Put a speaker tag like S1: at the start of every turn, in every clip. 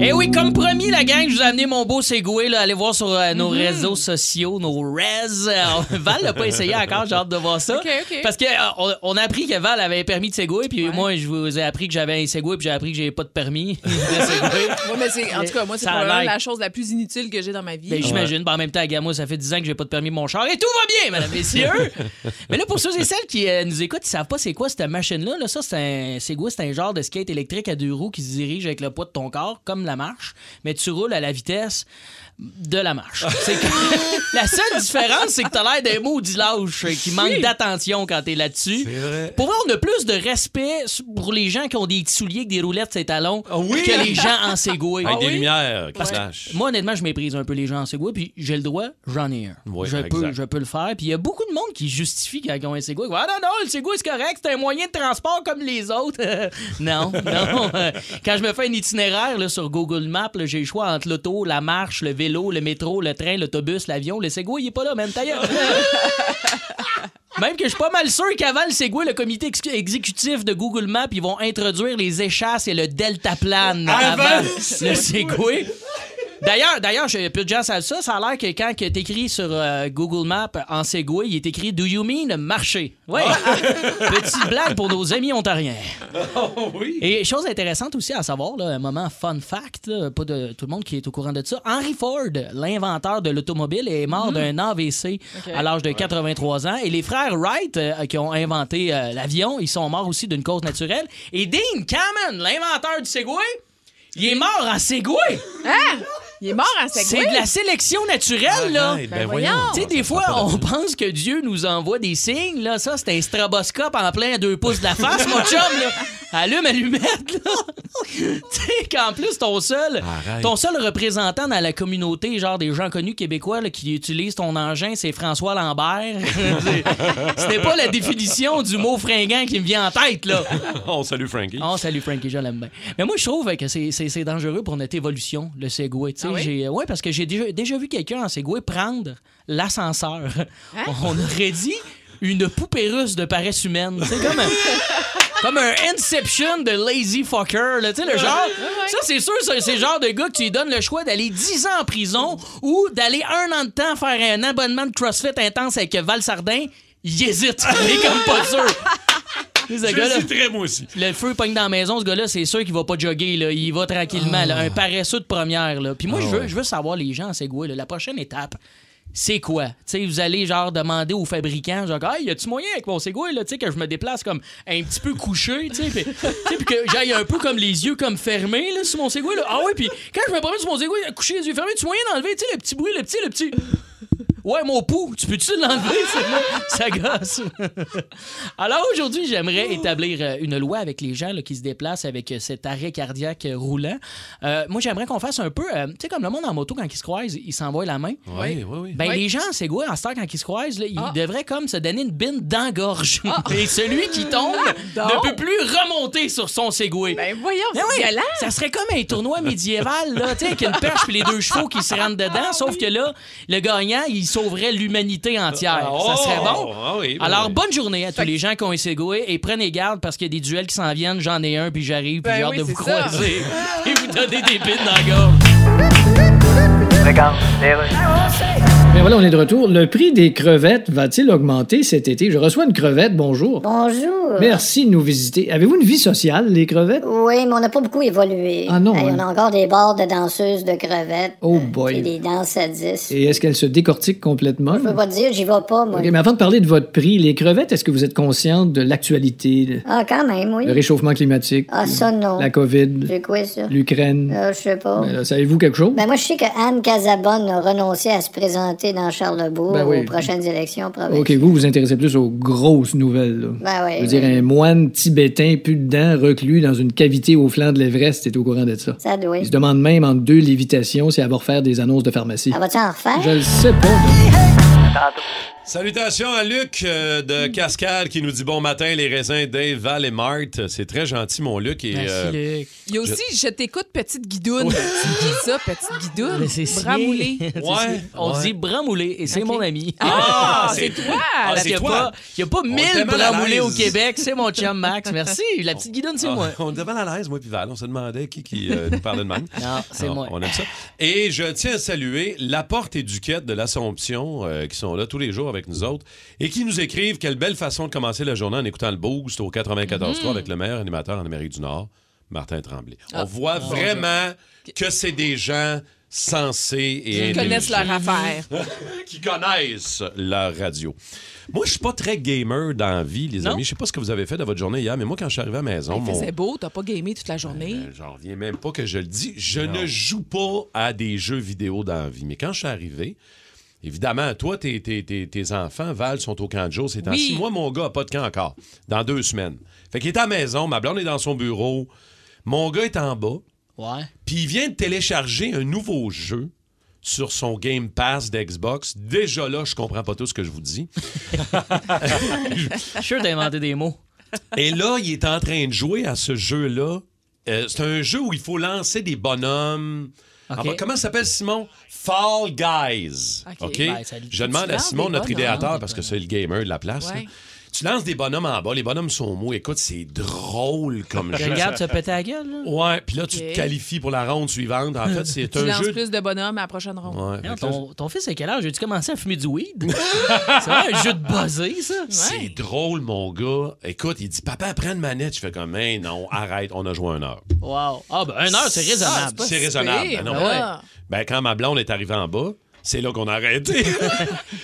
S1: Et Eh oui, comme promis, la gang, je vous ai amené mon beau Segway. Là, allez voir sur euh, nos
S2: Mm-hmm.
S1: réseaux sociaux, nos res. Euh, Val l'a pas essayé encore, j'ai hâte de voir ça.
S2: Ok, ok.
S1: Parce que euh, on, on a appris que Val avait un permis de Segway, puis moi, je vous ai appris que j'avais un Segway, puis j'ai appris que j'avais pas de permis de Segway.
S2: Ouais, mais c'est- en tout cas, moi, c'est
S1: Ça a
S2: probablement
S1: l'air.
S2: la chose la plus inutile que j'ai dans ma vie.
S1: Ben, j'imagine. Ben, en même temps, à moi, ça fait 10 ans que j'ai pas de permis mon char et tout va bien, madame, messieurs. Mais là, pour ceux et celles qui euh, nous écoutent, ils savent pas c'est quoi cette machine-là. Là, ça, c'est un, c'est quoi? C'est un genre de skate électrique à deux roues qui se dirige avec le poids de ton corps, comme la marche, mais tu roules à la vitesse de la marche. C'est que- la seule différence, c'est que t'as l'air d'un maudit lâche euh, qui manque d'attention quand t'es là-dessus.
S3: C'est vrai.
S1: Pour vrai, on a plus de respect pour les gens qui ont des petits souliers avec des roulettes sur les talons
S3: Ah oui?
S1: que les gens en Ah Segway.
S3: Avec des lumières qui flashent.
S1: Moi, honnêtement, je méprise un peu les gens en Segway, puis j'ai le droit, j'en ai un.
S3: Oui,
S1: je,
S3: exact.
S1: peux, je peux le faire. Puis il y a beaucoup de monde qui justifie quand ils ont un Segway. Ah non, non, le Segway, c'est correct, c'est un moyen de transport comme les autres. non, non. Euh, Quand je me fais un itinéraire là, sur Google Maps, là, j'ai le choix entre l'auto, la marche, le vélo, le métro, le train, l'autobus, l'avion. Le Segway, il est pas là, même d'ailleurs. Même que je suis pas mal sûr qu'avant le Segway, le comité ex- exécutif de Google Maps, ils vont introduire les échasses et le deltaplane avant, le Segway. D'ailleurs, d'ailleurs, je- peu de gens savent ça. Ça a l'air que quand que t'écris sur euh, Google Maps en Segway, il est écrit Do you mean marché? Oui. Petite blague pour nos amis ontariens.
S3: Ah
S1: Et chose intéressante aussi à savoir, là, un moment fun fact, là, pas de tout le monde qui est au courant de ça. Henry Ford, l'inventeur de l'automobile, est mort d'un AVC à l'âge de 83 ans. Et les frères Wright, euh, qui ont inventé euh, l'avion, ils sont morts aussi d'une cause naturelle. Et Dean Cameron, l'inventeur du Segway, il est mort en Segway.
S2: Il est mort en
S1: C'est
S2: Segway.
S1: de la sélection naturelle, là.
S3: Arrête,
S2: Ben
S3: ben voyons.
S2: voyons.
S1: Tu sais, des fois, on pense que Dieu nous envoie des signes. Là, ça, c'est un stroboscope en plein à deux pouces de la face, mon chum. Là. Allume, allumette, là. tu sais, qu'en plus, ton seul,
S3: Arrête.
S1: ton seul représentant dans la communauté, genre des gens connus québécois là, qui utilisent ton engin, c'est François Lambert. C'est- C'était pas la définition du mot fringant qui me vient en tête, là.
S3: On salue Frankie.
S1: Oh, salut Frankie, je l'aime bien. Mais moi, je trouve que c'est- c'est c'est dangereux pour notre évolution, le Segway. Tu sais,
S2: Ah oui?
S1: j'ai- ouais, parce que j'ai déjà, déjà vu quelqu'un en Segway prendre l'ascenseur.
S2: Hein?
S1: On aurait dit une poupée russe de paresse humaine. C'est comme un, comme un Inception de lazy fucker. là. Tu sais, le genre. Ça, c'est sûr, ça, c'est le genre de gars que tu lui donnes le choix d'aller 10 ans en prison ou d'aller un an de temps faire un abonnement de CrossFit intense avec Val Sardin. Il hésite. Il est comme pas sûr. Tu sais, ce gars-là-
S3: Je très moi aussi.
S1: le feu pogne dans la maison, ce gars-là, c'est sûr qu'il va pas jogger. Là. Il va tranquillement. là. Un paresseux de première. Là. Puis moi, je, veux, je veux savoir, les gens, c'est quoi? là, La prochaine étape, c'est quoi? Tu sais, vous allez genre demander aux fabricants, genre, hey, y a-tu moyen avec mon Segway, là, tu sais, que je me déplace comme un petit peu couché, tu sais, puis tu sais, puis que j'aille un peu comme les yeux comme fermés, là, sur mon Segway, là. Ah ouais, puis quand je me promène sur mon Segway, couché les yeux fermés, tu moyen d'enlever, tu sais, le petit bruit, le petit, le petit. Ouais, mon pouls, tu peux-tu l'enlever? c'est- Ça gosse. Alors aujourd'hui, j'aimerais établir euh, une loi avec les gens là, qui se déplacent avec euh, cet arrêt cardiaque euh, roulant. Euh, moi, j'aimerais qu'on fasse un peu, euh, tu sais, comme le monde en moto, quand ils se croisent, ils s'envoient la main.
S3: Oui, oui, oui.
S1: Ben,
S2: Oui.
S1: les gens, c'est quoi, en ce temps, quand ils se croisent, là, ils
S2: Ah.
S1: devraient comme se donner une bine d'engorge. Et celui qui tombe
S2: donc.
S1: ne peut plus remonter sur son Segway.
S2: Ben voyons,
S1: Ben
S2: c'est
S1: oui,
S2: violent.
S1: Ça serait comme un tournoi médiéval, là, tu sais, avec une perche puis les deux chevaux
S3: Ah,
S1: qui se rendent dedans, sauf que là, le gagnant, il sauverait l'humanité entière. ça serait bon.
S3: Ah oui, ben
S1: Alors,
S3: oui.
S1: bonne journée à tous les gens qui ont un Segway et prenez garde parce qu'il y a des duels qui s'en viennent. J'en ai un, puis j'arrive, puis
S2: Ben
S1: j'ai hâte
S2: oui,
S3: Ah,
S1: de vous
S2: c'est ça.
S1: croiser et vous donner des pins dans la gorge.
S4: Mais Ben voilà, on est de retour. Le prix des crevettes va-t-il augmenter cet été? Je reçois une crevette, bonjour.
S5: Bonjour.
S4: Merci de nous visiter. Avez-vous une vie sociale, les crevettes?
S5: Oui, mais on n'a pas beaucoup évolué.
S4: Ah non,
S5: Hey,
S4: hein.
S5: On a encore des bars de danseuses de crevettes.
S4: Oh
S5: Et
S4: boy.
S5: des danses à 10.
S4: Et est-ce qu'elles se décortiquent complètement?
S5: Je peux pas te dire, j'y vais pas, moi.
S4: OK, mais avant de parler de votre prix, les crevettes, est-ce que vous êtes consciente de l'actualité, le,
S5: Ah, quand même, oui.
S4: le réchauffement climatique,
S5: Ah, ça, non.
S4: la COVID,
S5: C'est quoi, ça?
S4: l'Ukraine?
S5: Euh, je sais pas.
S4: Ben là, Savez-vous quelque chose?
S5: Ben, moi, je sais que Anne Casabonne a renoncé à se présenter dans Charlebourg
S4: Ben oui.
S5: aux prochaines élections provinciales.
S4: OK, vous vous intéressez plus aux grosses nouvelles. là.
S5: Ben oui,
S4: Je veux dire,
S5: oui.
S4: un moine tibétain, plus de dents, reclus dans une cavité au flanc de l'Everest, est au courant de ça.
S5: Ça doit.
S4: Il se demande même en deux lévitations si elle va refaire des annonces de pharmacie.
S5: Elle Ah, va-tu en refaire?
S4: Je le sais pas. là.
S3: Salutations à Luc euh,
S1: Mm.
S3: de Cascade qui nous dit bon matin, les raisins Dave, Val et Marthe. C'est très gentil, mon Luc. Et, euh,
S1: Luc.
S2: Il y a aussi Je, t'écoute, petite guidoune. C'est qui ça, petite guidoune?
S1: Mais c'est signé.
S2: Bramoulé.
S1: C'est
S3: Ouais,
S1: signé. On
S3: ouais.
S1: dit bramoulé et c'est
S2: Ok.
S1: mon ami.
S3: Ah, c'est
S2: toi!
S3: Ah,
S1: Parce
S3: c'est
S1: qu'il y a
S3: toi.
S1: pas- Il n'y a pas mille
S3: était mal à
S1: bramoulés au
S3: l'aise.
S1: Québec. C'est mon chum Max. Merci. La petite guidonne, c'est
S3: ah,
S1: moi.
S3: On était mal à l'aise, moi puis Val. On se demandait qui, qui euh, nous parlait de même.
S1: Non, c'est
S3: Ah,
S1: moi.
S3: On aime ça. Et je tiens à saluer Laporte et Duquette de l'Assomption euh, qui sont là tous les jours avec nous autres et qui nous écrivent quelle belle façon de commencer la journée en écoutant le Boost au 94.3 avec le meilleur animateur en Amérique du Nord, Martin Tremblay. On voit vraiment que c'est des gens sensés et
S2: Ils connaissent
S3: intelligents
S2: leur affaire.
S3: qui connaissent la radio. Moi, je suis pas très gamer dans la vie, les
S1: Non?
S3: amis. Je sais pas ce que vous avez fait de votre journée hier, mais moi, quand je suis arrivé à la maison,
S2: Il
S3: mon...
S2: faisait beau, t'as pas gamé toute la journée.
S3: Euh, J'en reviens même pas que je le dis. Je ne joue pas à des jeux vidéo dans la vie. Mais quand je suis arrivé, évidemment, toi, tes, tes- tes- tes enfants, Val, sont au camp de jour ces temps-ci.
S2: Oui.
S3: Moi, mon gars n'a pas de camp encore, dans deux semaines. Fait qu'il est à la maison, ma blonde est dans son bureau. Mon gars est en bas.
S1: Ouais.
S3: Puis il vient de télécharger un nouveau jeu sur son Game Pass d'Xbox. Déjà là, je comprends pas tout ce que je vous dis.
S1: Je suis sûr que t'as inventé des mots.
S3: Et là, il est en train de jouer à ce jeu-là. Euh, c'est un jeu où il faut lancer des bonhommes.
S1: OK.
S3: Ah bah, comment ça s'appelle, Simon? Fall Guys.
S2: OK.
S3: OK?
S1: Ben, ça- tu
S3: Je demande à
S2: lances
S3: Simon,
S2: des
S3: notre
S2: bonhommes,
S3: idéateur,
S2: des
S3: parce que c'est le gamer de la place.
S2: Ouais.
S3: là. Tu lances des bonhommes en bas. Les bonhommes sont mous. Écoute, c'est drôle comme
S1: Je
S3: jeu.
S1: regarde se péter la gueule. là.
S3: Ouais, puis là, tu
S2: OK.
S3: te qualifies pour la ronde suivante. En fait, c'est
S2: Tu
S3: un
S2: lances
S3: jeu...
S2: plus de bonhommes à la prochaine ronde.
S3: Ouais,
S1: Merde,
S3: fait que là,
S1: ton, ton fils, à quel âge? As-tu commencé à fumer du weed? c'est vrai, un jeu de buzzé, ça?
S3: C'est drôle, mon gars. Écoute, il dit Papa, prends une manette. Je fais comme Hey, non, arrête, on a joué une heure.
S1: Wow. Ah, ben, une heure, c'est
S2: Ah,
S1: raisonnable.
S2: pas
S3: C'est
S2: si
S3: raisonnable.
S2: pire, Ah.
S3: Ben non.
S2: là.
S3: Ben, quand ma blonde est arrivée en bas, c'est là qu'on a arrêté.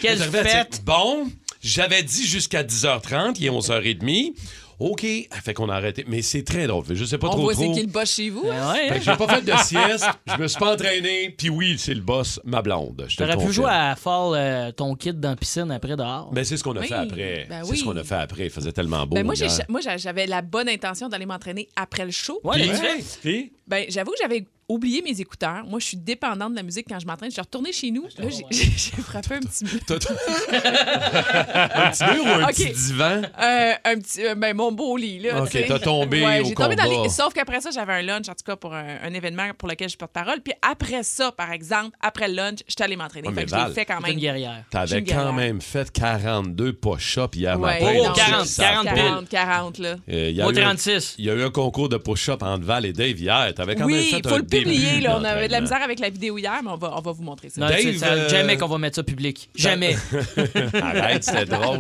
S1: Quelle
S3: J'arrivais à dire,
S1: fête.
S3: Bon, j'avais dit jusqu'à 10h30, il est 11h30. OK, fait qu'on a arrêté. Mais c'est très drôle. Je sais pas
S2: On
S3: trop
S2: voit c'est
S3: trop.
S2: qui le boss chez vous. hein?
S1: Ben ouais,
S3: Fait que j'ai pas fait de sieste, je me suis pas entraîné. Puis oui, c'est le boss, ma blonde. Je te
S1: T'aurais
S3: le
S1: pu
S3: confirme.
S1: jouer à Fall euh, ton kit dans la piscine après dehors.
S3: Mais c'est ce qu'on a
S2: Oui,
S3: fait après.
S2: ben
S3: C'est
S2: oui.
S3: ce qu'on a fait après. Il faisait tellement beau.
S2: Ben moi, j'ai-
S3: hier.
S2: moi, j'a- j'avais la bonne intention d'aller m'entraîner après le show.
S1: Ouais,
S3: Puis-
S1: l'as-tu fait?
S3: Puis-
S2: Ben, j'avoue que j'avais oublié mes écouteurs. Moi, je suis dépendante de la musique quand je m'entraîne. Je suis retournée chez nous. Là, j'ai- j'ai j'ai frappé un petit mur.
S3: T'as- t'as- un petit mur ou un
S2: Ok.
S3: petit divan?
S2: Euh, un petit, euh, ben, mon beau lit, là.
S3: Ok,
S2: tu sais.
S3: t'as tombé
S2: Ouais,
S3: au
S2: j'ai tombé dans
S3: combat.
S2: les- Sauf qu'après ça, j'avais un lunch, en tout cas, pour un, un événement pour lequel je porte parole. Puis après ça, par exemple, après le lunch, je suis allée m'entraîner.
S3: Ouais,
S2: fait
S3: Oh, mais
S2: que je l'ai
S3: Val,
S2: fait quand
S1: T'es une
S2: même.
S1: guerrière.
S3: T'avais
S2: J'ai une
S3: quand
S2: galère.
S3: même fait 42 push-ups hier matin.
S1: Oh,
S2: non,
S1: 40,
S2: c'est-
S1: 40 piles.
S2: 40, 40, là.
S3: Euh, il y a
S1: Moi,
S3: eu un-
S1: 36.
S3: Il y a eu un concours de push-up entre Val et Dave hier. T'avais quand même
S2: Oui,
S3: fait
S2: il faut
S3: un
S2: le publier,
S3: début
S2: là. On avait de la
S3: d'entraînement.
S2: misère avec la vidéo hier, mais on va, on va vous montrer ça.
S1: Non,
S3: Dave,
S1: c'est- ça-
S3: euh,
S1: Jamais qu'on va mettre ça public. Jamais.
S3: Arrête, c'était drôle.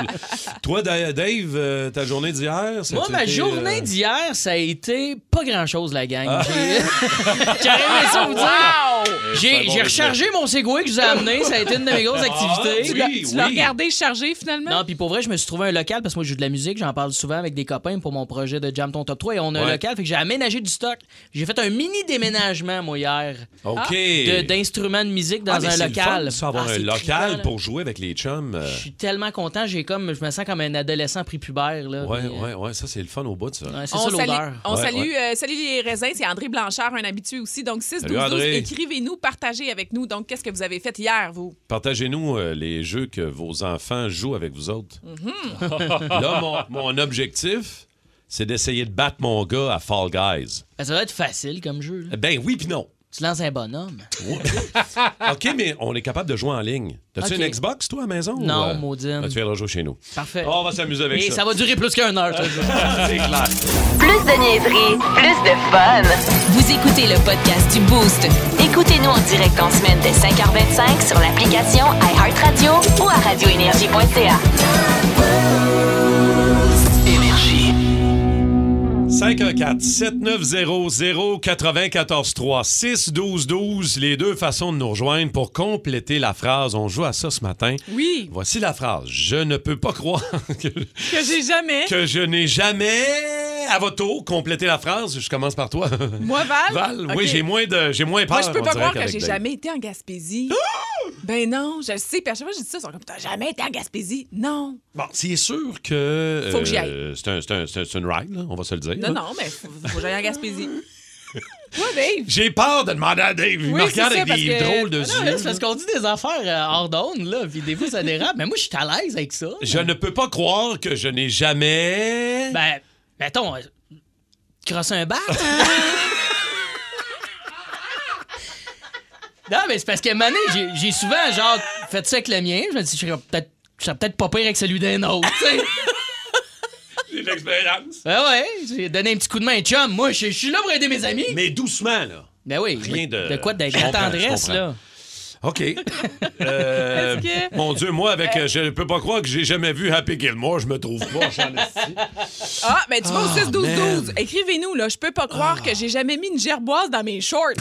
S3: Toi, Da- Dave, euh, ta journée d'hier, ça
S1: Moi,
S3: a
S1: ma
S3: été,
S1: journée
S3: euh, Ah.
S1: d'hier, ça a été pas grand-chose, la gang. J'ai- J'aurais aimé ça vous dire.
S2: Wow! Ah.
S1: J'ai
S3: Eh, c'est bon,
S1: j'ai
S3: les
S1: rechargé mon Segway que je vous ai amené. Ça a été une de mes grosses activités.
S2: Tu
S3: Oui,
S2: l'as-
S3: oui.
S2: tu l'as regardé chargé, finalement?
S1: Non, puis pour vrai, je me suis trouvé un local parce que moi, je joue de la musique. J'en parle souvent avec des copains pour mon projet de Jam Ton Top 3. Et on a un
S3: Ouais.
S1: local, fait que j'ai aménagé du stock. J'ai fait un mini déménagement, moi, hier, Ah.
S3: OK.
S1: de- d'instruments de, musique dans
S3: Ah, mais
S1: un
S3: c'est le
S1: local.
S3: fun, ça, avoir
S1: Ah,
S3: un
S1: c'est
S3: local
S1: trippant, là.
S3: pour jouer avec les chums. euh,
S1: Je suis tellement content. J'ai comme, je me sens comme un adolescent prépubère. Là,
S3: Ouais,
S1: puis, euh,
S3: ouais, ouais. Ça, c'est le fun au bout de ça.
S1: ouais, c'est ça
S2: salue-
S1: l'odeur.
S2: on
S3: Ouais,
S2: salue,
S3: ouais.
S2: euh, salut les raisins, c'est André Blanchard, un habitué aussi. Donc 6 12
S3: Salut,
S2: 12
S3: André.
S2: écrivez-nous, partagez avec nous. Donc qu'est-ce que vous avez fait hier vous
S3: Partagez-nous euh, les jeux que vos enfants jouent avec vous autres.
S2: Mhm.
S3: Là, mon, mon objectif, c'est d'essayer de battre mon gars à Fall Guys.
S1: Ben, ça doit être facile comme jeu. là.
S3: Ben oui, puis non.
S1: Tu lances un bonhomme.
S3: OK, mais on est capable de jouer en ligne. T'as-tu
S1: OK.
S3: une Xbox, toi, à la maison?
S1: Non,
S3: ou, euh,
S1: maudine.
S3: ah, tu viendras jouer chez nous.
S1: Parfait.
S3: On va s'amuser avec
S1: Et
S3: ça.
S1: ça va durer plus qu'une heure. toi, je-
S3: C'est clair.
S6: Plus de niaiserie, plus de fun. Vous écoutez le podcast du Boost. Écoutez-nous en direct en semaine dès 5h25 sur l'application iHeartRadio ou à radioénergie.ca.
S3: 514-790-094-3-6-12-12, les deux façons de nous rejoindre pour compléter la phrase. On joue à ça ce matin.
S7: Oui,
S3: Voici la phrase. Je ne peux pas croire que,
S7: que j'ai jamais.
S3: que je n'ai jamais, à votre tour, complété la phrase. Je commence par toi.
S7: Moi, Val.
S3: Val,
S7: Ok.
S3: oui, j'ai moins, de, j'ai moins peur.
S7: Moi, je peux
S3: on
S7: pas
S3: dirait,
S7: croire que
S3: qu'avec
S7: j'ai
S3: Dave. Ah!
S7: jamais été en Gaspésie. ben non, je le sais. Puis à chaque fois que je dis ça, ils sont comme, t'as jamais été en Gaspésie. Non.
S3: Bon, c'est sûr que.
S7: Faut que j'y
S3: euh, C'est un, c'est un- c'est une ride, là, on va se le dire. là.
S7: Non, non, mais faut, faut que j'aille en Gaspésie. ben. Toi, Dave.
S3: J'ai peur de demander à Dave. Il
S7: Oui,
S3: me regarde
S7: c'est ça,
S3: avec des
S7: parce que- Ah
S3: drôles de
S1: Ben Non,
S3: yeux.
S1: mais c'est parce qu'on dit des affaires euh, hors d'onde, là, puis des fois ça dérape. Mais moi, je suis à l'aise avec ça.
S3: Je ne peux pas croire que je n'ai jamais.
S1: Ben, mettons, euh, crosser un bat. non, mais c'est parce que Mané, j'ai, j'ai souvent, genre, fait ça avec le mien. Je me dis, je serais peut-être, je serais peut-être pas pire avec celui d'un autre, tu sais.
S3: J'ai de l'expérience.
S1: Ben ouais, j'ai donné un petit coup de main à un chum. Moi, je je suis là pour aider mes amis.
S3: Mais doucement, là.
S1: Ben oui.
S3: Rien de-
S1: De quoi d'être
S3: Je
S1: la
S3: comprends, je
S1: tendresse,
S3: comprends.
S1: là.
S3: OK. Euh,
S7: Est-ce que-
S3: Mon Dieu, moi, avec. euh, Je ne peux pas croire que j'ai jamais vu Happy Gilmore. Je me trouve pas. j'en ai-
S7: Ah, ben tu vas
S3: Ah,
S7: au 6 12 12.
S3: man. Ah.
S7: Écrivez-nous là, je peux pas croire que j'ai jamais mis une gerboise dans mes shorts.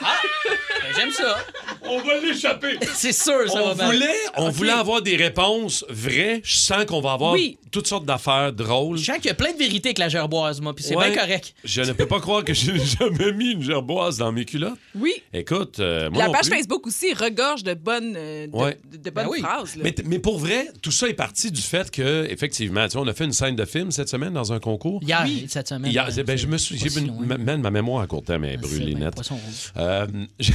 S1: Ben, j'aime ça.
S3: On va l'échapper.
S1: C'est sûr, ça
S3: On
S1: va mal.
S3: voulait, on voulait avoir des réponses vraies. Je sens qu'on va avoir
S7: Oui.
S3: toutes sortes d'affaires drôles.
S1: Je sens Hein, qu'il y a plein de vérités avec la gerboise, moi, puis c'est
S3: Ouais.
S1: bien correct.
S3: Je ne peux pas croire que j'ai jamais mis une gerboise dans mes culottes.
S7: Oui.
S3: Écoute, euh, moi
S7: La
S3: non
S7: page
S3: plus.
S7: Facebook aussi regorge de bonnes euh, de,
S3: Ouais.
S7: de- de bonnes
S1: Ben oui.
S7: phrases. là.
S3: Mais, t- mais pour vrai, tout ça est parti du fait que, effectivement, tu sais, on a fait une scène de film cette semaine dans un concours.
S1: Hier, cette semaine.
S3: Hier,
S1: euh,
S3: ben, je me
S1: c'est
S3: suis,
S1: pas
S3: j'ai
S1: si
S3: une-
S1: loin.
S3: ma- man, ma mémoire à court terme est
S1: Ah, c'est
S3: brûlée
S1: bien,
S3: nette.
S1: poisson rouge.
S3: Euh, j'ai-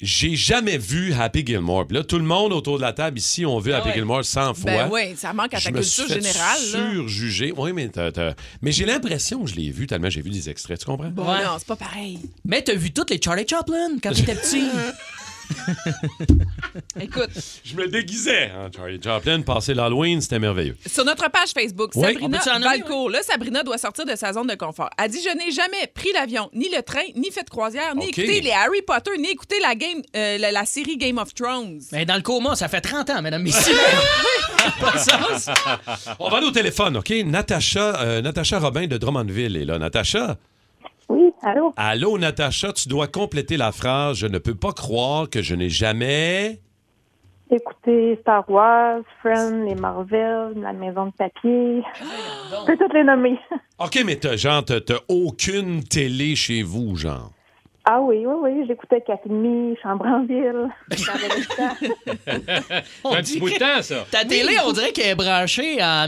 S3: j'ai jamais vu Happy Gilmore. Puis là, tout le monde autour de la table ici ont vu Happy
S1: Ah ouais.
S3: Gilmore 100 fois.
S7: Ah Ben oui, ça manque à
S3: Je
S7: ta
S3: me suis
S7: culture
S3: fait
S7: générale. là.
S3: surjugé. Oui, mais, t'as- t'as- mais j'ai l'impression que je l'ai vu tellement j'ai vu des extraits. Tu comprends?
S7: Bon,
S1: Ouais.
S7: non, c'est pas pareil.
S1: Mais t'as vu toutes les Charlie Chaplin quand t'étais petit.
S7: Écoute,
S3: Je me déguisais. en Charlie Chaplin, passer l'Halloween, c'était merveilleux.
S7: sur notre page Facebook,
S3: Ouais.
S7: Sabrina
S1: On peut-tu en nommer,
S7: Valcourt, là, Sabrina doit sortir de sa zone de confort. Elle dit Je n'ai jamais pris l'avion, ni le train, ni fait de croisière, ni
S3: OK.
S7: écouté les Harry Potter, ni écouté la, game, euh, la, la série Game of Thrones.
S1: Mais Ben, dans le coma, ça fait 30 ans, mesdames, messieurs. pas de sens.
S3: On va aller au téléphone, OK? Natacha, euh, Natacha Robin de Drummondville est là. Natacha?
S8: Oui, allô?
S3: Allô, Natacha, tu dois compléter la phrase Je ne peux pas croire que je n'ai jamais.
S8: Écoutez Star Wars, Friends, les Marvel, la maison de papier.
S3: Ah,
S8: Je peux toutes les nommer.
S3: OK, mais t'as, genre, t'as, t'as aucune télé chez vous, genre.
S8: Ah oui, oui, oui, j'écoutais Capigny, Chambranville. J'avais le temps.
S1: On
S9: Un petit bout
S1: dirait-
S9: de temps, ça.
S1: Ta télé, on dirait qu'elle est branchée en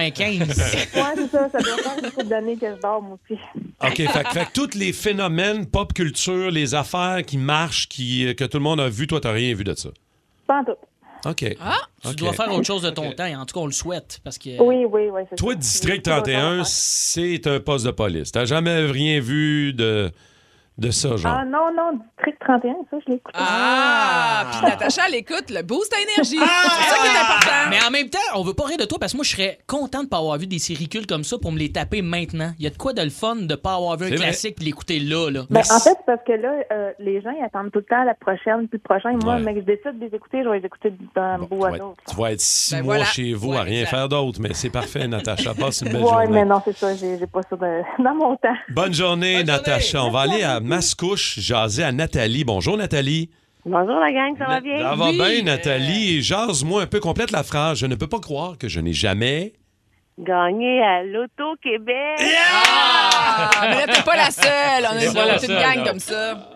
S1: 1995.
S8: Ouais, c'est ça, ça doit faire une couple d'années que je dors, moi aussi.
S3: OK, fait, que- fait que tous les phénomènes pop culture, les affaires qui marchent, qui, euh, que tout le monde a vu, toi, t'as rien vu de ça.
S8: Pas en tout.
S3: OK.
S1: Ah, Tu
S3: OK.
S1: dois faire autre chose de ton temps. En tout cas, on le souhaite. Parce que...
S8: Oui, oui, oui. c'est
S3: Toi,
S8: ça.
S3: District
S8: J'ai beaucoup d'autres
S3: 31,
S8: affaires.
S3: c'est un poste de police. T'as jamais rien vu de, de ça, genre.
S8: Ah non, non, District 31, ça, je l'ai écouté.
S7: Ah! Puis Natacha, elle écoute le boost à énergie.
S3: Ah!
S7: c'est ça qui est important.
S1: Mais en même temps, on veut pas rire de toi parce que moi, je serais content de pas avoir vu des séries cultes comme ça pour me les taper maintenant. Il y a de quoi de le fun de pas avoir vu un
S3: C'est vrai.
S1: classique et l'écouter là. là.
S8: Ben, en fait, c'est parce que là, euh, les gens, ils attendent tout le temps la prochaine, puis le prochain. Et Moi,
S3: Ouais.
S8: mais que je décide de les écouter, je vais les écouter d'un
S3: Bon,
S8: bout à
S3: tu, vas être,
S8: l'autre.
S3: tu vas être six
S7: Ben
S3: mois
S7: voilà.
S3: chez vous à
S7: Ouais,
S3: rien
S7: exact.
S3: faire d'autre, mais c'est parfait, Natacha. Passe une belle
S8: Ouais,
S3: journée.
S8: mais non, c'est ça, j'ai j'ai pas ça de- dans mon temps.
S3: Bonne journée,
S1: Bonne
S3: Natacha. On va aller à Mascouche, jaser à Nathalie. Bonjour, Nathalie.
S8: Bonjour la gang, ça va
S3: Ça va bien, Nathalie. Et Jase-moi un peu, complète la phrase. Je ne peux pas croire que je n'ai jamais...
S8: Gagné à l'Auto-Québec.
S7: Ah! Mais là, t'es pas la seule. On a
S9: C'est
S7: une,
S9: pas la
S7: toute
S9: seule,
S7: gang
S9: là.
S7: comme ça.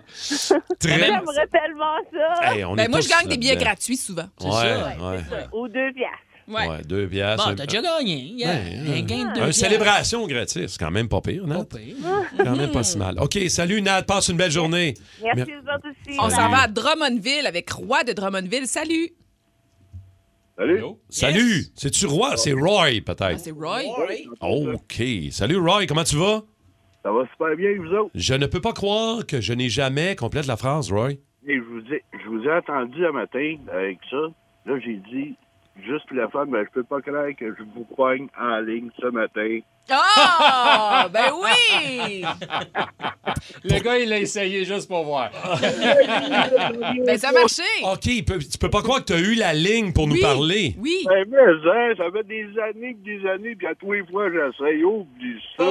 S3: Très...
S8: J'aimerais tellement ça.
S3: Hey, on est
S7: Ben, moi,
S3: tous
S7: je gagne des billets
S3: là-dedans.
S7: gratuits souvent.
S1: ça,
S3: Ouais, ouais,
S8: Aux deux piastres.
S7: Ouais.
S3: ouais, Deux piastres.
S1: Bon,
S3: un-
S1: t'as déjà gagné. Yeah.
S3: Ouais,
S1: un gain de deux
S3: un
S1: piastres.
S3: célébration gratis. C'est quand même pas pire, Nat.
S1: Pas pire. Mm-hmm.
S3: Quand même pas si mal. OK, salut, Nat. Passe une belle journée.
S8: Merci,
S3: Mer-
S8: vous autres aussi.
S7: On
S3: Salut.
S7: s'en va à Drummondville avec Roi de Drummondville. Salut.
S3: Salut. C'est-tu Roi? C'est Roy,
S7: Ah,
S3: peut-être.
S7: c'est Roy.
S3: OK. Salut, Roy. Comment tu vas?
S10: Ça va super bien, vous autres.
S3: Je ne peux pas croire que je n'ai jamais complète la phrase, Roy.
S10: Et je vous ai, je vous ai entendu un matin avec ça. Là, j'ai dit,
S11: juste pour la fun, mais je peux pas croire que je vous poigne en ligne ce matin.
S7: Ah! ben oui!
S12: Le gars, il l'a essayé juste pour voir.
S7: Ben, ça a marché!
S3: OK, il peut- tu peux pas croire que tu as eu la ligne pour nous parler.
S7: Oui.
S11: Ben, mais, hein, ça fait des années que des années, puis à tous les fois, j'essaye. Oublie ça.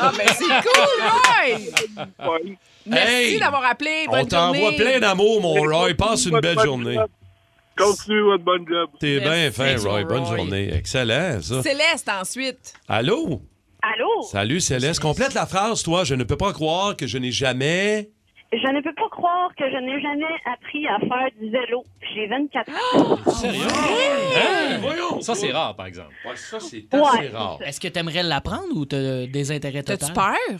S7: Ah, ben c'est cool, Roy! Merci
S3: Hey!
S7: d'avoir appelé. Bonne
S3: On t'envoie
S7: journée.
S3: plein d'amour, mon Roy. Passe une belle journée.
S11: Continue votre bonne job.
S3: T'es bien
S7: Merci,
S3: fin, Roy.
S7: Roy.
S3: Bonne journée. Excellent, ça.
S7: Céleste, ensuite.
S3: Allô?
S13: Allô?
S3: Salut, Céleste. Complète la phrase, toi. Je ne peux pas croire que je n'ai jamais...
S13: Je ne peux pas croire que je n'ai jamais appris à faire du vélo. J'ai 24 ans.
S3: Ah,
S12: Sérieux?
S1: Hein?
S12: Voyons! Ça, c'est rare, par exemple.
S3: ça, c'est
S13: assez Ouais. rare.
S1: Est-ce que t'aimerais l'apprendre ou t'as des intérêts totaux?
S13: T'as-tu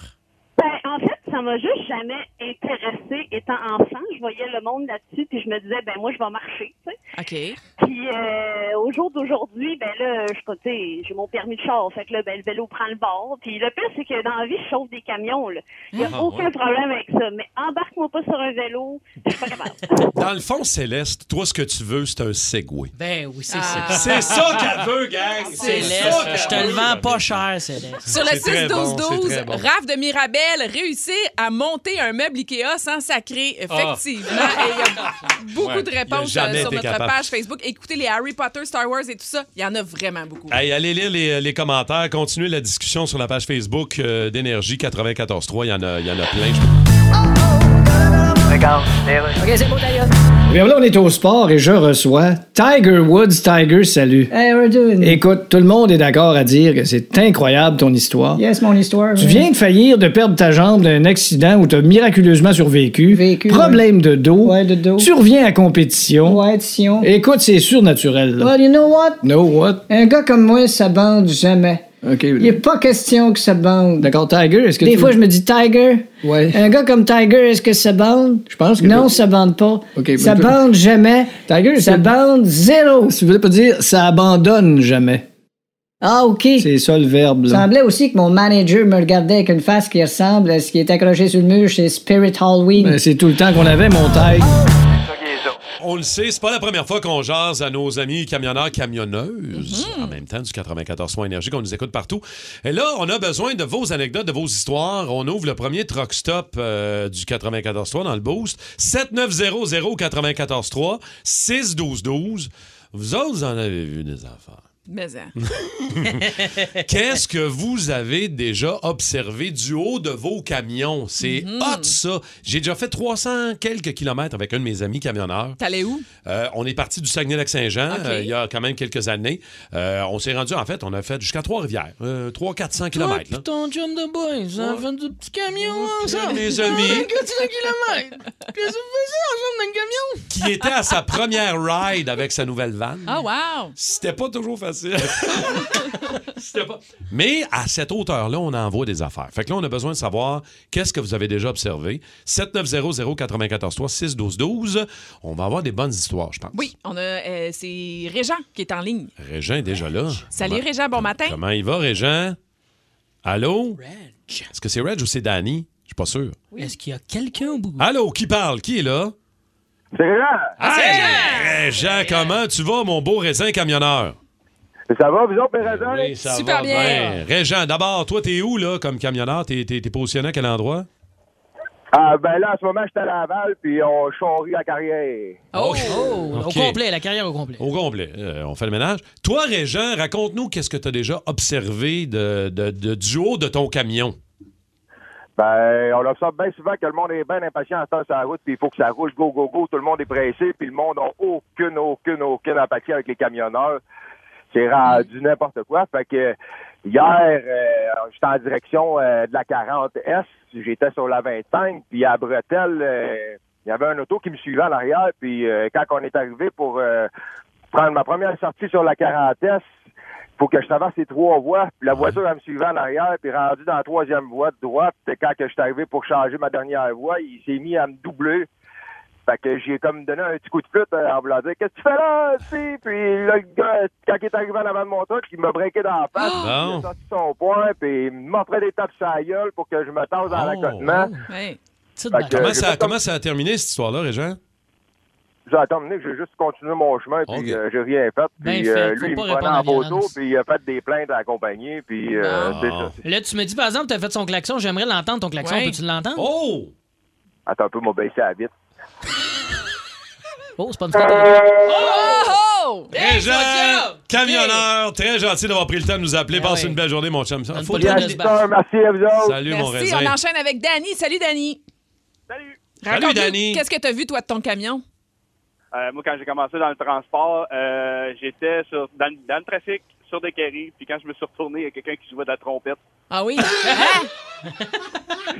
S13: Ben, en fait, ça m'a juste jamais intéressée étant enfant. Je voyais le monde là-dessus, puis je me disais, ben moi, je vais marcher. tu sais.
S2: OK.
S13: Puis euh, au jour d'aujourd'hui, ben là, je tu sais, j'ai mon permis de char, fait que là, ben, le vélo prend le bord. Puis le pire, c'est que dans la vie, je chauffe des camions. là. Il n'y a
S3: Ah,
S13: aucun
S3: ouais.
S13: problème avec ça. Mais embarque-moi pas sur un vélo, je suis pas capable.
S3: Dans le fond, Céleste, toi, ce que tu veux, c'est un Segway.
S1: Ben oui, c'est
S3: Ah. C'est ça qu'elle veut, gang! C'est ça
S1: Céleste,
S3: qu'elle
S1: je te le
S3: veut.
S1: vends pas cher, Céleste.
S2: Sur le
S3: C'est très bon,
S2: 6-12-12,
S3: c'est très bon.
S2: Raph de Mirabel réussit à monter un meuble Ikea sans sacrer, effectivement.
S7: Ah.
S2: Et il y a beaucoup
S3: Ouais,
S2: de
S3: il a
S2: réponses euh,
S3: jamais
S2: sur
S3: été
S2: notre
S3: capable.
S2: page Facebook. Écoutez les Harry Potter, Star Wars et tout ça, il y en a vraiment beaucoup.
S3: Hey, allez lire les, les commentaires, continuez la discussion sur la page Facebook euh, d'Énergie 94.3. Il y, en a- il y en a plein.
S4: OK, c'est bon, Eh Bien là, on est au sport et je reçois Tiger Woods. Tiger, salut.
S14: Hey, we're doing it.
S4: Écoute, tout le monde est d'accord à dire que c'est incroyable ton histoire.
S14: Yes, mon histoire.
S4: Tu
S14: ouais.
S4: viens de faillir de perdre ta jambe d'un accident où tu as miraculeusement survécu. Problème de dos.
S14: Ouais, de dos.
S4: Tu reviens à compétition.
S14: Ouais, de Sion.
S4: Écoute, c'est surnaturel. là.
S14: Well, you know what?
S4: Know what?
S14: Un gars comme moi, ça bande jamais.
S4: OK.
S14: Il n'est pas question que ça bande.
S4: D'accord, Tiger, est-ce que
S14: Des
S4: tu-
S14: fois, je me dis Tiger.
S4: Ouais.
S14: Un gars comme Tiger, est-ce que ça bande? Je
S4: pense que-
S14: Non, ça bande pas.
S4: OK,
S14: ça
S4: mais-
S14: bande jamais.
S4: Tiger,
S14: ça
S4: c'est-
S14: bande zéro.
S4: Tu voulais pas dire ça abandonne jamais.
S14: Ah, OK.
S4: C'est ça le verbe.
S14: Il
S4: là.
S14: semblait aussi que mon manager me regardait avec une face qui ressemble à ce qui est accroché sur le mur chez Spirit Halloween.
S4: Mais C'est tout le temps qu'on avait, mon Tiger.
S3: On le sait, c'est pas la première fois qu'on jase à nos amis camionneurs, camionneuses, en même temps du 94 Soins Énergie, qu'on nous écoute partout. Et là, on a besoin de vos anecdotes, de vos histoires. On ouvre le premier truck stop euh, du 94 3 dans le boost. 7900 94 3 6 12 12. Vous autres, vous en avez vu des affaires.
S2: Mais hein.
S3: Qu'est-ce que vous avez déjà observé du haut de vos camions? C'est hot, ça! J'ai déjà fait 300 quelques kilomètres avec un de mes amis camionneurs.
S2: T'allais où?
S3: Euh, on est parti du Saguenay-Lac-Saint-Jean euh, il y a quand même quelques années. Euh, on s'est rendu, en fait, on a fait jusqu'à Trois-Rivières, euh, 300-400
S1: Toi
S3: kilomètres.
S1: pis
S3: là.
S1: ton chum de boys, on fait du petit camion ensemble.
S3: mes amis.
S1: Un petit kilomètre. Qu'est-ce que vous faisiez ensemble dans le camion?
S3: Qui était à sa première ride avec sa nouvelle vanne.
S2: Ah, wow!
S3: C'était pas toujours facile. C'était pas- Mais à cette hauteur-là, on envoie des affaires. Fait que là, on a besoin de savoir qu'est-ce que vous avez déjà observé. 7900 94 3 6 12 12. On va avoir des bonnes histoires, je pense.
S2: Oui, on a, euh, c'est Régent qui est en ligne.
S3: Régent est déjà là.
S2: Salut
S3: Comment-
S2: Régent, bon matin.
S3: Comment il va, Régent? Allô? Est-ce que c'est Reg ou c'est Danny? Je suis pas sûr.
S1: Est-ce qu'il y a quelqu'un au bout?
S3: Allô, qui parle? Qui est là?
S11: C'est Régent.
S3: Hey, Régent, comment tu vas, mon beau raisin camionneur?
S11: Ça va, vous autres, mes raisins?
S3: Oui, ça va bien. Régent, d'abord, toi, t'es où, là, comme camionneur? T'es, t'es- t'es positionné à quel endroit?
S11: Ah, ben là, en ce moment, j'étais à Laval, puis on charrie la carrière.
S1: Oh! Au
S3: OK.
S1: complet, la carrière au complet.
S3: Au complet. Euh, on fait le ménage. Toi, Régent, raconte-nous qu'est-ce que t'as déjà observé de, de- de- du haut de ton camion.
S11: Ben, on observe bien souvent que le monde est bien impatient en temps sur la route, puis il faut que ça roule, go, go, go, tout le monde est pressé, puis le monde n'a aucune, aucune, aucune empathie avec les camionneurs. C'est rendu n'importe quoi. Fait que hier, euh, j'étais en direction euh, de la 40S, j'étais sur la 25, puis à Bretelle, euh, il y avait un auto qui me suivait en arrière, puis euh, quand on est arrivé pour euh, prendre ma première sortie sur la 40S, faut que je traverse les trois voies. Puis la voiture, elle me suivait en arrière, puis rendu dans la troisième voie de droite, puis quand que je suis arrivé pour changer ma dernière voie, il s'est mis à me doubler. Fait que j'ai comme donné un petit coup de flûte euh, en voulant dire Qu'est-ce que tu fais là, tu sais? Puis là, le gars, quand il est arrivé en avant de mon truc, il m'a breaké dans la
S1: Oh!
S11: face,
S3: Ah!
S11: il a sorti son poing, puis il m'offrait des tapes sur la gueule pour que je me tasse
S3: Oh!
S11: dans l'accotement.
S2: Hey.
S11: Fait que,
S3: Comment
S11: j'ai
S3: ça,
S11: fait
S3: comment ça a terminé, cette histoire-là, Régent?
S11: vous avez terminé, j'ai juste continué mon chemin, puis euh, j'ai rien fait. Puis
S1: Bien Ben fait,
S11: euh,
S1: faut
S11: lui, il
S1: pas
S11: me
S1: répondre
S11: prenait
S1: à
S11: en
S1: la
S11: photo,
S1: violence.
S11: puis il a fait des plaintes à la compagnie, puis euh,
S1: Non.
S11: c'est ça.
S1: Là, tu me dis, par exemple, t'as fait son klaxon. J'aimerais l'entendre, ton klaxon.
S11: Ouais.
S1: Peux-tu l'entendre?
S3: Oh!
S11: Attends un peu, m'a baissé la vite.
S1: Oh, c'est pas une
S7: Oh!
S3: Très jeune, camionneur, très gentil d'avoir pris le temps de nous appeler. Passe une belle journée, mon chum. Faut-
S11: pas le temps de se battre. Merci à vous autres.
S3: Salut, mon
S7: Merci,
S3: raisin.
S7: on enchaîne avec Danny. Salut, Danny. Salut.
S3: Salut, Danny.
S7: Qu'est-ce que t'as vu, toi, de ton camion?
S10: Euh, moi, quand j'ai commencé dans le transport, euh, j'étais sur, dans, le- dans le trafic, sur des carrés. Puis quand je me suis retourné, il y a quelqu'un qui jouait de la trompette.
S7: Ah oui? Hein?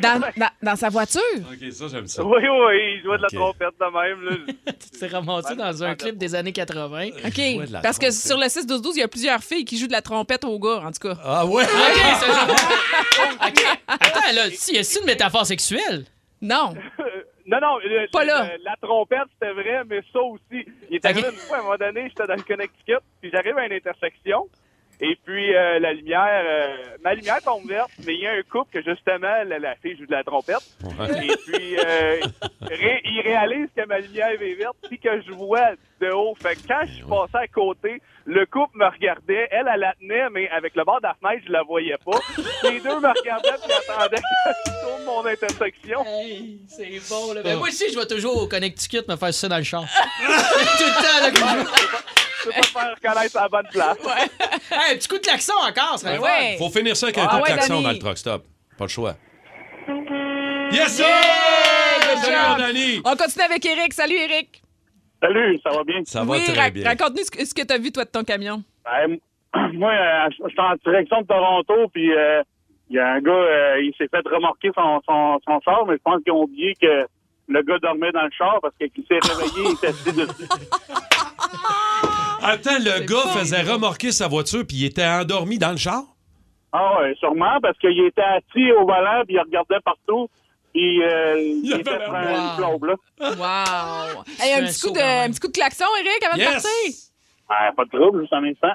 S7: dans, dans- dans sa voiture?
S3: OK, ça, j'aime ça.
S10: Oui, oui, il jouait de la
S1: Ok.
S10: trompette de même. Là.
S1: Tu t'es ramassé dans un clip des années 80.
S7: OK. Parce que sur le 6-12-12, il y a plusieurs filles qui jouent de la trompette au gars, en tout cas.
S3: Ah ouais?
S7: OK,
S1: c'est Attends, là, tu- y a-tu une métaphore sexuelle?
S7: Non.
S10: Non, non, le-
S7: Pas
S10: le-
S7: là.
S10: la trompette, c'était vrai, mais ça aussi. Il est arrivé une fois, à un moment donné, j'étais dans le Connecticut, puis j'arrive à une intersection, et puis euh, la lumière, euh, ma lumière tombe verte, mais il y a un couple que justement, la, la fille joue de la trompette,
S3: Ouais.
S10: et puis euh, ré- il réalise que ma lumière est verte, puis que je vois de haut. Fait que quand je suis passé à côté, le couple me regardait, elle, elle la tenait, mais avec le bord de la fenêtre, je la voyais pas. Les deux me regardaient, puis attendaient que je tourne mon intersection.
S1: c'est bon, là. Ben, moi aussi, je vais toujours au Connecticut me faire ça dans le char. Tout le temps, là, que je veux.
S10: Je peux pas faire reconnaître à la bonne place.
S1: Hey, un petit coup de klaxon encore, ça
S3: Ben Ouais.
S1: va ouais.
S3: Faut finir ça avec un
S1: Ah
S3: coup de
S1: ouais,
S3: klaxon
S1: Danny.
S3: dans le truck stop. Pas le choix. Yes, sir!
S7: Good
S3: Salut,
S7: job.
S3: mon Danny.
S7: On continue avec Eric. Salut, Eric.
S10: Salut, ça va bien?
S3: Ça
S7: oui, rac- raconte-nous ce que, tu as vu, toi, de ton camion.
S10: Ben, moi, euh, je je suis en direction de Toronto, puis euh, il y a un gars, euh, il s'est fait remorquer son, son, son char, mais je pense qu'ils ont oublié que le gars dormait dans le char parce que qu'il s'est réveillé, il était assis dessus.
S3: Attends, le gars faisait remorquer sa voiture puis il était endormi dans le char?
S10: Ah ouais, sûrement, parce qu'il était assis au volant, puis il regardait partout, puis euh, il, était sur un globe, là.
S3: Hein?
S7: Wow. Hey, un,
S10: fais un
S7: petit
S10: saut
S7: coup de,
S10: quand
S7: un petit coup de klaxon, Eric, avant
S10: Yes.
S7: de partir.
S10: Ah, pas de trouble, juste un instant.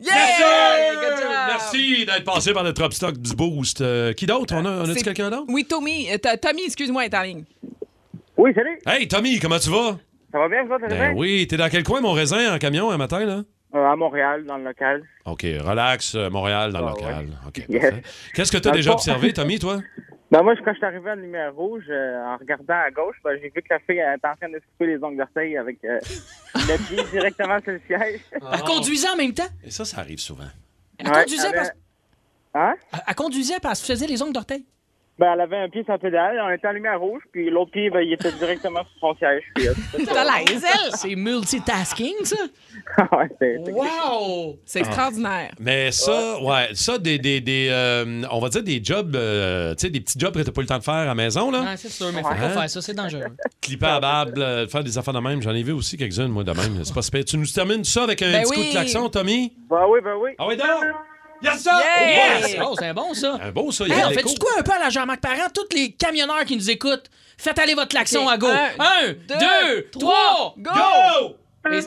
S3: Yes, sir! Merci d'être passé par le Trop Stock du Boost. Euh, qui d'autre? On a, on a-tu
S7: C'est-
S3: quelqu'un d'autre?
S7: Oui, Tommy. euh, t'as- Tommy, excuse-moi, est en ligne.
S15: Oui, salut.
S3: Hey, Tommy, comment tu vas?
S15: Ça va bien, ça, ça va bien?
S3: Ben oui, t'es dans quel coin, mon raisin, en camion, un matin, là?
S15: Euh, à Montréal, dans le local.
S3: OK, relax, euh, Montréal, dans le local. OK,
S15: Ah, Yes.
S3: parfait. Qu'est-ce que t'as
S15: Dans le
S3: déjà
S15: fond-
S3: observé, Tommy, toi?
S15: Ben moi, je- quand je suis arrivé à la lumière rouge, euh, en regardant à gauche, ben, j'ai vu que la fille elle était en train de se couper les ongles d'orteil avec euh, le pied directement sur le siège.
S1: En conduisant en même temps?
S3: Ah. Et ça, ça arrive souvent.
S1: Elle
S15: Ouais,
S1: conduisait
S15: elle
S1: parce...
S15: Hein?
S1: Elle, elle conduisait parce qu'elle se faisait les ongles d'orteil.
S15: Ben, elle avait un pied sans pédale, on était en lumière rouge, puis l'autre pied, ben, il était directement sur son siège. Puis, euh, c'est ça.
S1: C'est multitasking, ça? Ah.
S15: Ouais, c'est- c'est-
S1: Wow!
S7: C'est extraordinaire.
S3: Mais ça, ouais, ça, des, des, des euh, on va dire des jobs, euh, tu sais, des petits jobs que t'as pas le temps de faire à la maison, là.
S1: Ouais, c'est sûr, mais faut pas
S3: Hein?
S1: faire ça, c'est dangereux.
S3: Clipper à barbe, là, euh, faire des affaires de même. J'en ai vu aussi quelques-unes, moi, de même. C'est pas super. Tu nous termines ça avec un
S1: Ben
S3: petit coup
S1: oui.
S3: de klaxon, Tommy?
S15: Ben oui, ben oui.
S3: Ah oui, donc? Yes, sir!
S1: Yeah!
S3: Yes!
S1: Oh, c'est bon, ça.
S3: Un beau, ça. Il y
S1: Hey,
S3: a
S1: on
S3: de
S1: fait
S3: l'écho.
S1: du quoi un peu à la Jean-Marc Parent? Tous les camionneurs qui nous écoutent, faites aller votre klaxon
S7: Ok,
S1: à go.
S7: un,
S1: Un, deux, trois,
S7: go!
S1: Les-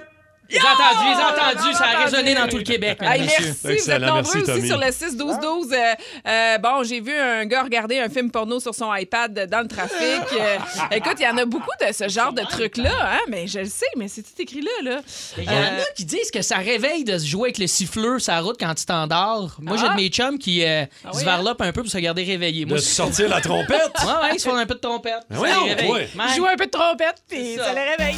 S1: J'ai entendu, j'ai entendu, ça a
S7: entendu.
S1: résonné dans tout le Québec, hein.
S7: Hey,
S1: mesdames,
S7: merci,
S1: messieurs.
S7: vous êtes nombreux aussi sur le 6-12-12. Euh, euh, bon, j'ai vu un gars regarder un film porno sur son iPad dans le trafic. Euh, écoute, il y en a beaucoup de ce genre de trucs-là, hein, mais je le sais, mais c'est tout écrit là. là.
S1: Il y en
S7: Euh,
S1: a qui disent que ça réveille de se jouer avec le siffleur sur la route quand tu t'endors. Moi, j'ai
S7: Ah. hein?
S1: de mes chums qui euh, se varlopent un peu pour se garder réveillé.
S3: De se sortir la trompette?
S1: Ouais, ouais, ils se font un peu de trompette.
S3: Ben
S1: Ça
S3: voyons,
S1: les réveille.
S3: ouais.
S1: Man.
S7: Joue un peu de trompette, puis ça. les réveille.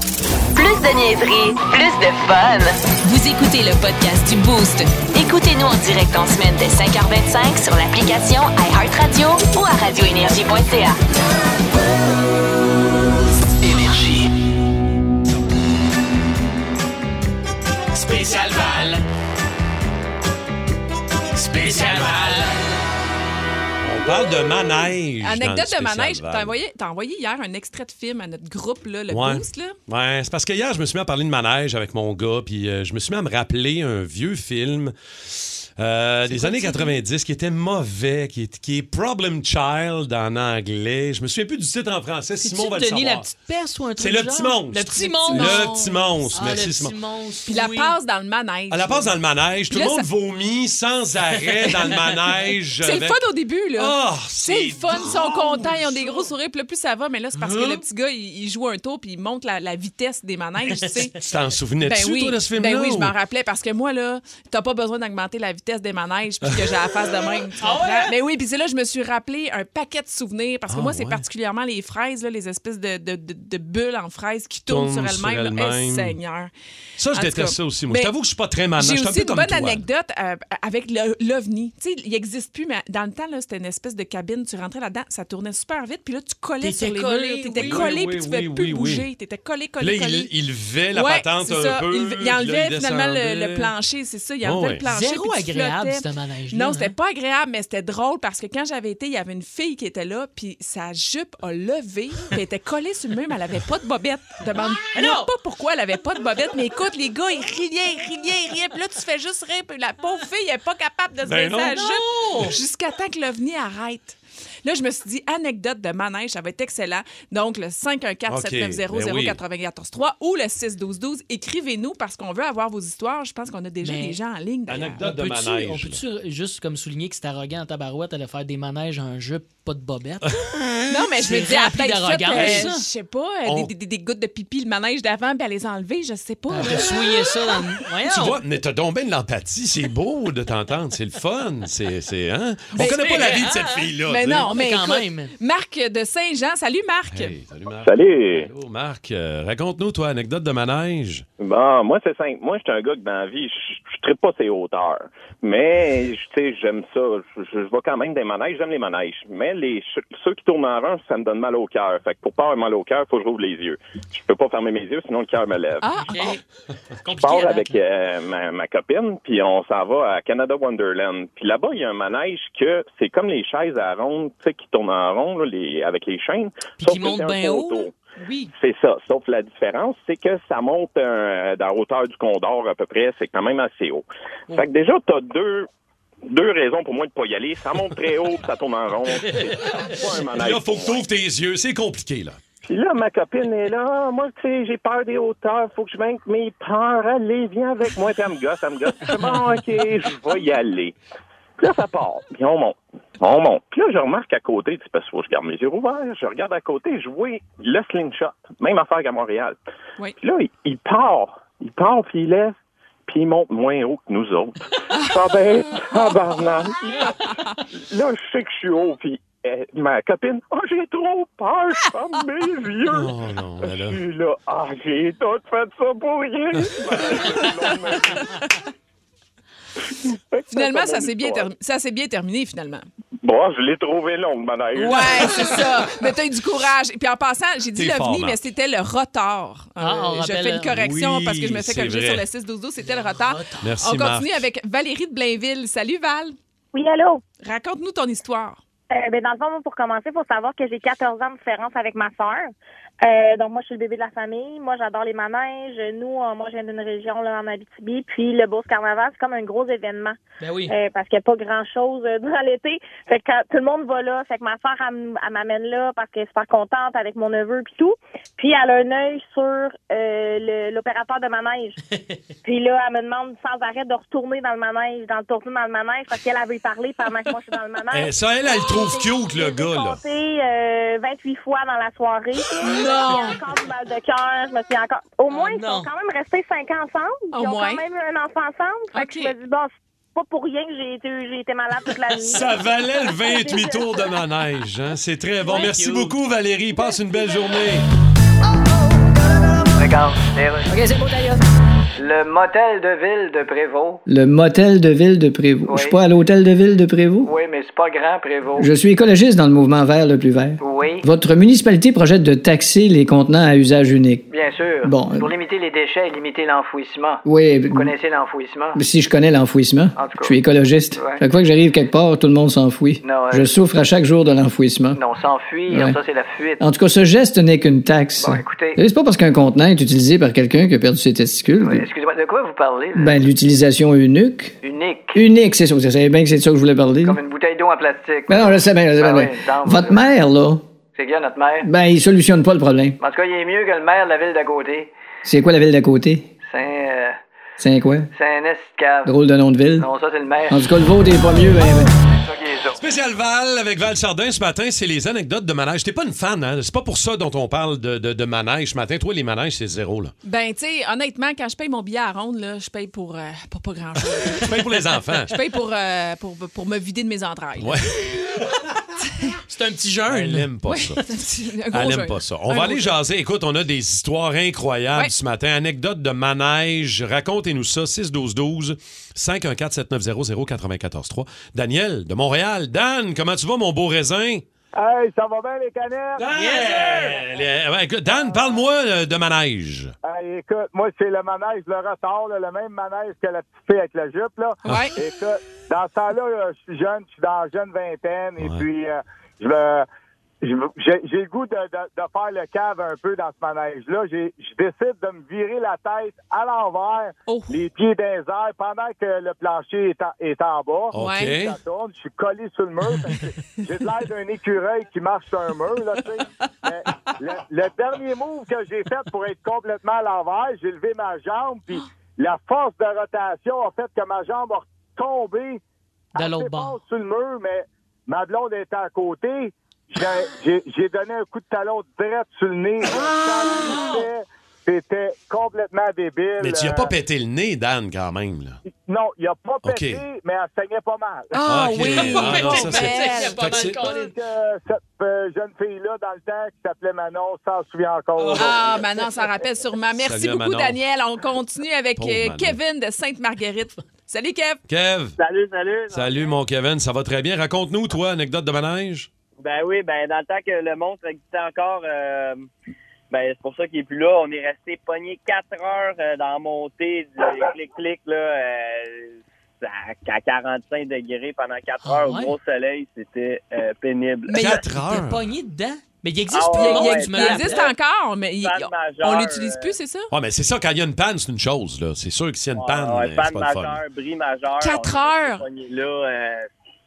S6: Plus de niaiserie, plus de fun. Vous écoutez le podcast du Boost. Écoutez-nous en direct en semaine dès 5h25 sur l'application iHeartRadio ou à radioénergie.ca.
S16: Énergie.
S17: Spécial Val. Spécial Val.
S3: On parle de manège. dans le
S7: Anecdote de
S3: spécial
S7: manège,
S3: Val.
S7: t'as envoyé, t'as envoyé hier un extrait de film à notre groupe, là, le
S3: ouais.
S7: Boost. Là.
S3: Ouais, c'est parce que hier, je me suis mis à parler de manège avec mon gars, puis euh, je me suis mis à me rappeler un vieux film Euh, des années 90, qui était mauvais, qui est, qui est Problem Child en anglais. Je me souviens plus du titre en français. Simon va le
S1: Denis, la
S3: savoir.
S1: petite perce ou un truc
S3: C'est le
S1: du
S3: petit
S1: genre?
S3: monstre.
S1: Le petit monstre.
S3: Le petit monstre.
S1: Ah,
S3: Merci,
S1: le petit
S3: Simon.
S1: monstre.
S7: Puis la passe dans le manège.
S3: À la passe dans le manège, tout
S7: Puis
S3: le
S7: là,
S3: monde
S7: ça-
S3: vomit sans arrêt dans le manège.
S7: C'est le
S3: Avec-
S7: fun au début, là.
S3: Ah,
S7: c'est le fun, ils sont contents, ils ont des gros sourires, puis là, plus ça va, mais là, c'est parce que
S3: Hein?
S7: le petit gars, il, il joue un tour, puis il monte la, la vitesse des manèges, tu sais.
S3: Tu t'en souvenais-tu,
S7: Ben oui,
S3: toi, de ce film-là?
S7: ben oui, je
S3: ou-
S7: m'en rappelais parce que moi, là, t'as pas besoin d'augmenter la vitesse des manèges puis que j'ai la face de même. tu
S1: Ah
S7: comprends?
S1: ouais?
S7: Mais oui, puis c'est là, je me suis rappelé un paquet de souvenirs parce que
S3: hein? Ah
S7: moi, c'est
S3: ouais.
S7: particulièrement les fraises, là, les espèces de, de- de- de bulles en fraises qui tournent sur
S3: Tournent sur
S7: elles-mêmes. là. Eh,
S3: elles-mêmes.
S7: Seigneur.
S3: Ça, je
S7: En tout
S3: déteste
S7: cas,
S3: ça aussi, moi.
S7: ben,
S3: je t'avoue que je suis pas très manège. Je
S7: J'ai
S3: suis un peu
S7: aussi une
S3: comme
S7: bonne
S3: toi, là.
S7: anecdote euh, avec le- l'OVNI. Tu sais, il n'existe plus, mais dans le temps, là, c'était une espèce de cabine. Tu rentrais là-dedans, ça tournait super vite, puis là, tu collais
S1: T'étais
S7: sur les
S1: collé,
S7: murs. T'étais
S1: oui.
S3: Oui,
S7: collé, puis
S3: oui,
S7: tu ne pouvais
S3: oui,
S7: plus
S3: oui, oui.
S7: bouger. T'étais collé,
S3: Là,
S7: collé, collé.
S3: il, il levait la
S7: Ouais,
S3: patente
S7: c'est
S3: un
S7: ça.
S3: peu.
S7: Il,
S3: puis
S7: il
S3: là,
S7: enlevait finalement
S3: descendait.
S7: le, le plancher, c'est ça. Il
S3: Ah
S7: enlevait
S3: ouais.
S7: le plancher.
S1: Zéro
S7: puis tu
S1: agréable,
S7: flottais.
S1: ce manège-là,
S7: Non,
S1: hein.
S7: c'était pas agréable, mais c'était drôle parce que quand j'avais été, il y avait une fille qui était là, puis sa jupe a levé, puis elle était collée sur le mur, mais elle avait pas de bobette. demande
S3: Ah,
S7: pas pourquoi elle avait pas de bobette, mais écoute, les gars, ils riaient, ils riaient, ils riaient, puis là, tu fais juste rire, puis la pauvre fille, elle est pas capable de se
S3: Ben
S7: baisser la
S3: non.
S7: jupe jusqu'à temps que l'OVNI arrête. Là, je me suis dit, anecdote de manège, ça va être excellent. Donc, le 514 790
S3: Ok, ben oui.
S7: 94.3 ou le 6-12-12. Écrivez-nous parce qu'on veut avoir vos histoires. Je pense qu'on a déjà
S1: Mais-
S7: des gens en ligne. d'ailleurs.
S1: On
S3: de
S1: peut-tu-
S3: manège,
S1: On peut-tu juste comme souligner que c'est arrogant en tabarouette à le faire des manèges à un jupe, pas de bobette?
S7: Non, mais je
S1: C'est
S7: me dis, à
S1: rempli
S7: peut-être fait,
S1: d'arrogance, ça.
S7: euh, je sais pas, euh,
S3: Hein? On-
S7: des, des- des gouttes de pipi, le manège d'avant, puis à les enlever, je sais pas.
S1: Ah, De souiller ça dans le... Voyons.
S3: Tu vois, mais t'as donc bien de l'empathie. C'est beau de t'entendre. C'est le fun. C'est, c'est, hein? On
S1: Ben,
S7: Mais-
S3: connaît pas la vie de cette fille-là.
S7: Mais
S3: tu sais.
S7: non, mais
S1: Quand
S7: écoute,
S1: même.
S7: Marc de Saint-Jean, salut Marc.
S3: Hey, salut, Marc.
S16: Salut.
S3: Allô, Marc. Euh, raconte-nous, toi, anecdote de manège.
S16: Bon, moi, c'est simple. Moi, j'étais un gars que dans la vie, je je trippe pas ses hauteurs. Mais, je- tu sais, j'aime ça. Je, je vais quand même des manèges. J'aime les manèges. Mais les ch- ceux qui tournent en rang, ça me donne mal au cœur. Fait que pour pas avoir mal au cœur, faut que je rouvre les yeux. Je peux pas fermer mes yeux, sinon le cœur me lève.
S7: Ah, ok.
S16: Je pars avec euh, ma, ma copine, puis on s'en va à Canada Wonderland. Puis là-bas, il y a un manège que c'est comme les chaises à ronde, tu sais, qui tournent en rond, là, les, avec les chaînes. Sauf
S1: qui
S16: que
S1: montent
S16: c'est un
S1: bien haut,
S16: poteau.
S7: Oui.
S16: C'est ça. Sauf la différence, c'est que ça monte euh, dans la hauteur du Condor à peu près. C'est quand même assez haut. Fait que déjà, t'as deux deux raisons pour moi de pas y aller. Ça monte très haut, puis ça tourne en rond. C'est pas un manège.
S3: Là, faut que t'ouvres tes yeux. C'est compliqué, là.
S16: Puis là, ma copine est là. Ah, Moi, tu sais, j'ai peur des hauteurs. Faut que je vainque mes peurs. Allez, viens avec moi. Puis elle me gosse, elle me gosse. Je fais, Bon, OK, je vais y aller. Puis là, ça part. Puis on monte. On monte. Puis là, je remarque à côté, tu sais, parce que faut que je garde mes yeux ouverts. Je regarde à côté, je vois le slingshot. Même affaire qu'à Montréal.
S7: Oui.
S16: Puis là, il, il part. Il part, puis il lève. Puis il monte moins haut que nous autres. Ah ben, tabarnak. Là, je sais que je suis haut, puis euh, ma copine, « Oh, j'ai trop peur, je ferme mes yeux! »
S3: Oh non, mais là.
S16: Je suis là, ah, j'ai tout fait ça pour rien.
S7: Finalement,
S16: c'est
S7: ça
S16: mon
S7: s'est bien,
S16: histoire.
S7: termi- ça s'est bien terminé, finalement.
S16: bon, je l'ai trouvé long, manège.
S7: Ouais, c'est ça. Mais t'as eu du courage. Et puis en passant, j'ai dit
S16: T'es fort,
S7: l'OVNI,
S16: Marc.
S7: mais c'était le rotor.
S1: Ah, on
S7: je
S1: rappelle-
S7: fais une correction
S3: Oui,
S7: parce que je me fais
S3: c'est
S7: corriger
S3: vrai.
S7: sur le 6-12-12, c'était le rotor.
S3: Merci,
S7: On continue
S3: Marc.
S7: avec Valérie de Blainville. Salut, Val.
S18: Oui, allô?
S7: Raconte-nous ton histoire.
S18: Euh, ben, dans le fond, moi, pour commencer, il faut savoir que j'ai 14 ans de différence avec ma sœur. Euh, donc, moi, je suis le bébé de la famille. Moi, j'adore les manèges. Nous, euh, moi, je viens d'une région là, en Abitibi. Puis, le Beauce Carnaval, c'est comme un gros événement.
S1: Ben oui.
S18: Euh, parce qu'il n'y a pas grand-chose euh, durant l'été. Fait que quand tout le monde va là. Fait que ma soeur, elle, m- elle m'amène là parce qu'elle est super contente avec mon neveu puis tout. Puis elle a un œil sur euh, le- l'opérateur de manège. puis là, elle me demande sans arrêt de retourner dans le manège, dans le tourner dans le manège parce qu'elle avait parlé pendant que moi, je suis dans le
S16: Ben,
S18: manège.
S3: Eh, ça, elle, elle trouve cute, le gars, là.
S18: compté euh, 28 fois dans la soirée.
S3: Non.
S18: J'ai encore du mal de cœur. Je me suis encore. Au moins, ils
S1: non.
S18: sont quand même restés 5 ans ensemble. Ils
S7: Au
S18: ont
S7: moins.
S18: quand même eu un enfant ensemble. Fait que je me dis, bon, c'est pas pour rien que j'ai été, j'ai été malade toute la nuit.
S3: Ça valait le 28 tours de manège. Hein? C'est très bon.
S18: Thank
S3: Merci
S18: you.
S3: beaucoup, Valérie. Passe une belle journée.
S14: OK, c'est beau, d'ailleurs.
S19: Le motel de ville de Prévost.
S4: Le motel de ville de Prévost. Je suis pas à l'hôtel de ville de Prévost?
S19: Oui, mais c'est pas grand, Prévost.
S4: Je suis écologiste dans le mouvement vert le plus vert.
S19: Oui.
S4: Votre municipalité projette de taxer les contenants à usage unique.
S19: Bien sûr.
S4: Bon, euh,
S19: Pour limiter les déchets et limiter l'enfouissement.
S4: Oui,
S19: Vous
S4: b-
S19: connaissez l'enfouissement?
S4: Si je connais l'enfouissement,
S19: En tout cas.
S4: je suis écologiste.
S19: Ouais.
S4: Chaque fois que j'arrive quelque part, tout le monde s'enfouit.
S19: Non, euh,
S4: Je souffre à chaque jour de l'enfouissement.
S19: Non, s'enfuir,
S4: Ouais.
S19: ça, c'est la fuite.
S4: En tout cas, ce geste n'est qu'une taxe.
S19: Bon, écoutez.
S4: Vous savez, C'est pas parce qu'un contenant est utilisé par quelqu'un qui a perdu ses testicules. que-
S5: Excusez-moi, de quoi vous parlez? là?
S4: Ben, l'utilisation unique.
S5: Unique.
S4: Unique, c'est ça. Vous savez bien que c'est de ça que je voulais parler. là.
S5: Comme une bouteille d'eau en plastique.
S4: Ben non, je sais bien, je sais
S5: Ben
S4: bien.
S5: oui,
S4: mais-
S5: semble,
S4: Votre
S5: là.
S4: mère, là,
S5: C'est bien notre maire.
S4: ben, il solutionne pas le problème.
S5: En tout cas, il est mieux que le maire de la ville d'à côté.
S4: C'est quoi la ville d'à côté?
S5: C'est un. euh,
S4: C'est un quoi?
S5: c'est un est de cave.
S4: Drôle de nom de ville.
S5: Non, ça, c'est le maire.
S4: En tout cas, le vôtre est pas mieux, ben, ben.
S3: Spécial Val avec Val Chardin ce matin, c'est les anecdotes de manège. T'es pas une fan, hein? C'est pas pour ça dont on parle de, de- de manège ce matin. Toi, les manèges, c'est zéro, là.
S7: Ben, tu sais, honnêtement, quand je paye mon billet à ronde, là, je paye pour, euh, pour pas grand-chose.
S3: Je paye pour les enfants.
S7: je paye pour, euh, pour, pour me vider de mes entrailles.
S3: Ouais.
S1: C'est un petit jeune.
S3: Elle aime pas
S7: Oui,
S3: ça.
S7: c'est un petit- un gros
S3: Elle
S7: jeune.
S3: aime pas ça. On va
S7: Un gros
S3: aller
S7: jeune.
S3: jaser. Écoute, on a des histoires incroyables
S7: Ouais.
S3: ce matin. Anecdotes de manège. Racontez-nous ça. 6-12-12, 514-790-0943. Daniel de Montréal. Dan, comment tu vas, mon beau raisin?
S20: Hey, ça va bien les canettes?
S3: Euh, euh, écoute, Dan, parle-moi euh, de manège.
S20: Hey, écoute, moi, c'est le manège, le retard, là, le même manège que la petite fille avec la jupe. Là.
S3: Ouais.
S20: Écoute, dans ce temps-là, là, je suis jeune, je suis dans la jeune vingtaine, et
S3: Ouais.
S20: puis euh, je me- je me- j'ai j'ai le goût de, de- de faire le cave un peu dans ce manège-là. J'ai- Je décide de me virer la tête à l'envers, les pieds dans les airs, pendant que le plancher est en, est en bas.
S3: OK.
S20: Ça tourne, je suis collé sur le mur. fait que J'ai de l'air d'un écureuil qui marche sur un mur. Là, tu sais. Mais le, le dernier move que j'ai fait pour être complètement à l'envers, j'ai levé ma jambe, puis la force de rotation a fait que ma jambe a tombé
S1: De l'autre bord.
S20: sur le mur, mais ma blonde était à côté. J'ai- J'ai j'ai donné un coup de talon direct sur le nez.
S3: Ah!
S20: C'était complètement débile.
S3: Mais tu n'y as
S20: Euh,
S3: pas pété le nez, Dan, quand même. Là.
S20: Non, il a pas
S3: OK.
S20: pété, mais elle saignait pas mal.
S3: Ah, OK. oui, Ah, oui, non, ça, c'est-
S20: Belle.
S3: ça, c'est pas mal,
S20: Fait que
S3: Colin.
S20: euh, cette euh, jeune fille-là, dans le temps, qui s'appelait Manon, s'en souvient encore.
S7: Ah, Manon s'en rappelle sûrement. Merci
S20: Salut à
S7: beaucoup,
S20: Manon.
S7: Daniel. On continue avec
S3: Pauvre
S7: euh,
S3: Manon.
S7: Kevin de Sainte-Marguerite. Salut, Kev.
S3: Kev.
S10: Salut, salut.
S3: Salut, mon Kevin. Ça va très bien. Raconte-nous, toi, anecdote de manège.
S10: Ben oui, ben dans le temps que le monstre existait encore, euh, ben c'est pour ça qu'il est plus là. On est resté pogné quatre heures euh, dans la montée du clic-clic, là, euh, à- à 45 degrés pendant quatre
S1: Ah
S10: heures
S1: ouais?
S10: au gros soleil. C'était euh, pénible.
S1: Mais il- il était pogné dedans. Mais il existe
S10: Ah,
S1: plus le monde du
S7: Il existe encore, mais il-
S10: Fan majeur,
S7: on l'utilise plus, c'est ça?
S3: Ouais, Ah, mais c'est ça, quand il y a une panne, c'est une chose. là. C'est sûr que s'il y a une panne,
S10: Ouais,
S3: euh,
S10: fan
S3: c'est pas le fun.
S10: majeur, bris majeur.
S7: Quatre
S10: on est resté
S7: heures!
S10: pognés là euh,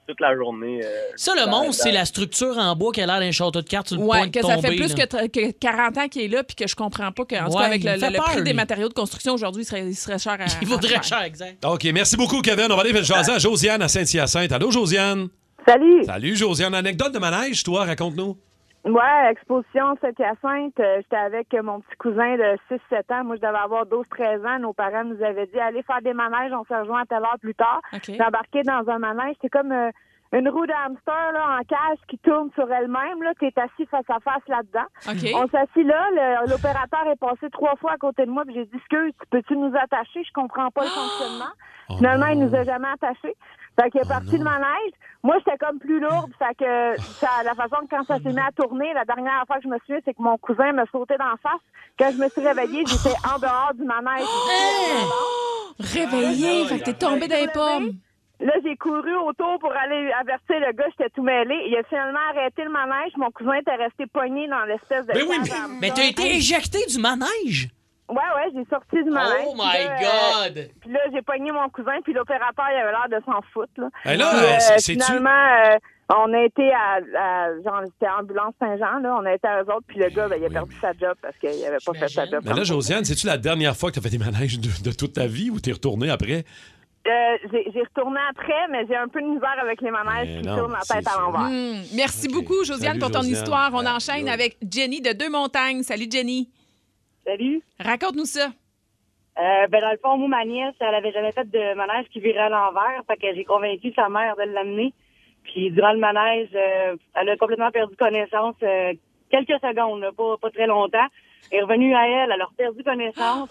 S10: toute la journée. euh,
S1: Ça, le
S10: dans-
S1: monstre, c'est
S10: dans-
S1: la structure en bois qui a l'air d'un château de cartes. Tu le point
S7: Oui,
S1: de
S7: que ça fait
S1: tomber,
S7: plus
S1: là.
S7: que, tra- que 40 ans qu'il est là, puis que je comprends pas qu'en tout
S1: Ouais,
S7: cas, avec
S1: il
S7: le,
S1: me fait
S7: le- le
S1: peur,
S7: prix des
S1: lui.
S7: matériaux de construction aujourd'hui, il serait, il serait cher à.
S1: Il vaudrait
S7: à-
S1: cher, exact.
S3: OK, merci beaucoup, Kevin. On va aller jaser à Josiane à Saint-Hyacinthe. Allô, Josiane?
S8: Salut.
S3: Salut, Josiane. Anecdote de manège, toi, raconte-nous.
S8: Ouais, exposition Saint-Hyacinthe. euh, J'étais avec euh, mon petit cousin de 6-7 ans. Moi, je devais avoir 12-13 ans. Nos parents nous avaient dit allez faire des manèges, on se rejoint à telle heure plus tard.
S21: OK.
S8: J'ai embarqué dans un manège. C'est comme euh, une roue de hamster là, en cage qui tourne sur elle-même. Tu es assis face à face là-dedans.
S21: OK.
S8: On s'assit là. le- L'opérateur est passé trois fois à côté de moi. puis J'ai dit excuse, peux-tu nous attacher Je comprends pas le fonctionnement. Finalement, il nous a jamais attachés. Fait qu'il est
S1: Ah,
S8: parti de manège. Moi, j'étais comme plus lourde. Fait que ça- la façon que quand ça s'est mis à tourner, la dernière fois que je me souviens, c'est que mon cousin me sautait d'en face. Quand je me suis réveillée, j'étais en dehors du manège.
S7: Oh!
S1: Ah,
S7: Réveillée, fait que t'es tombée dans les pommes.
S8: Là, j'ai couru autour pour aller avertir le gars, j'étais tout mêlé. Il a finalement arrêté le manège. Mon cousin était resté poigné dans l'espèce de.
S1: Mais Ben oui,
S8: cage en-
S1: mais, mais t'as été éjecté du manège.
S8: Ouais, ouais, j'ai sorti du manège.
S1: Oh
S8: Puis
S1: my
S8: là,
S1: God!
S8: euh, Puis là, j'ai pogné mon cousin, puis l'opérateur, il avait l'air de s'en foutre. Là,
S3: Eh là,
S8: Puis,
S3: euh, c'est- c'est-tu-
S8: Finalement, euh, on a été à, à- genre, c'était Ambulance Saint-Jean, là, on a été à eux autres, puis le gars, ben, il a perdu sa job parce qu'il avait pas fait sa job.
S3: Mais là, Josiane, c'est-tu la dernière fois que tu as fait des manèges de, de toute ta vie ou t'es retourné après?
S8: Euh, j'ai j'ai retourné après, mais j'ai un peu de misère avec les manèges
S3: Mais
S8: qui
S3: non,
S8: tournent la
S3: c'est
S8: tête à l'envers.
S7: Hmm, Merci beaucoup, Josiane,
S8: Salut,
S7: pour ton
S8: Josiane.
S7: histoire. On enchaîne avec Jenny de Deux-Montagnes. Salut, Jenny.
S21: Salut.
S7: Raconte-nous ça.
S21: Euh, ben dans le fond, moi, ma nièce, elle avait jamais fait de manège qui virait à l'envers, fait que j'ai convaincu sa mère de l'amener. Puis durant le manège, euh, elle a complètement perdu connaissance euh, quelques secondes, là, pas, pas très longtemps. Elle est revenue à elle, elle a perdu connaissance.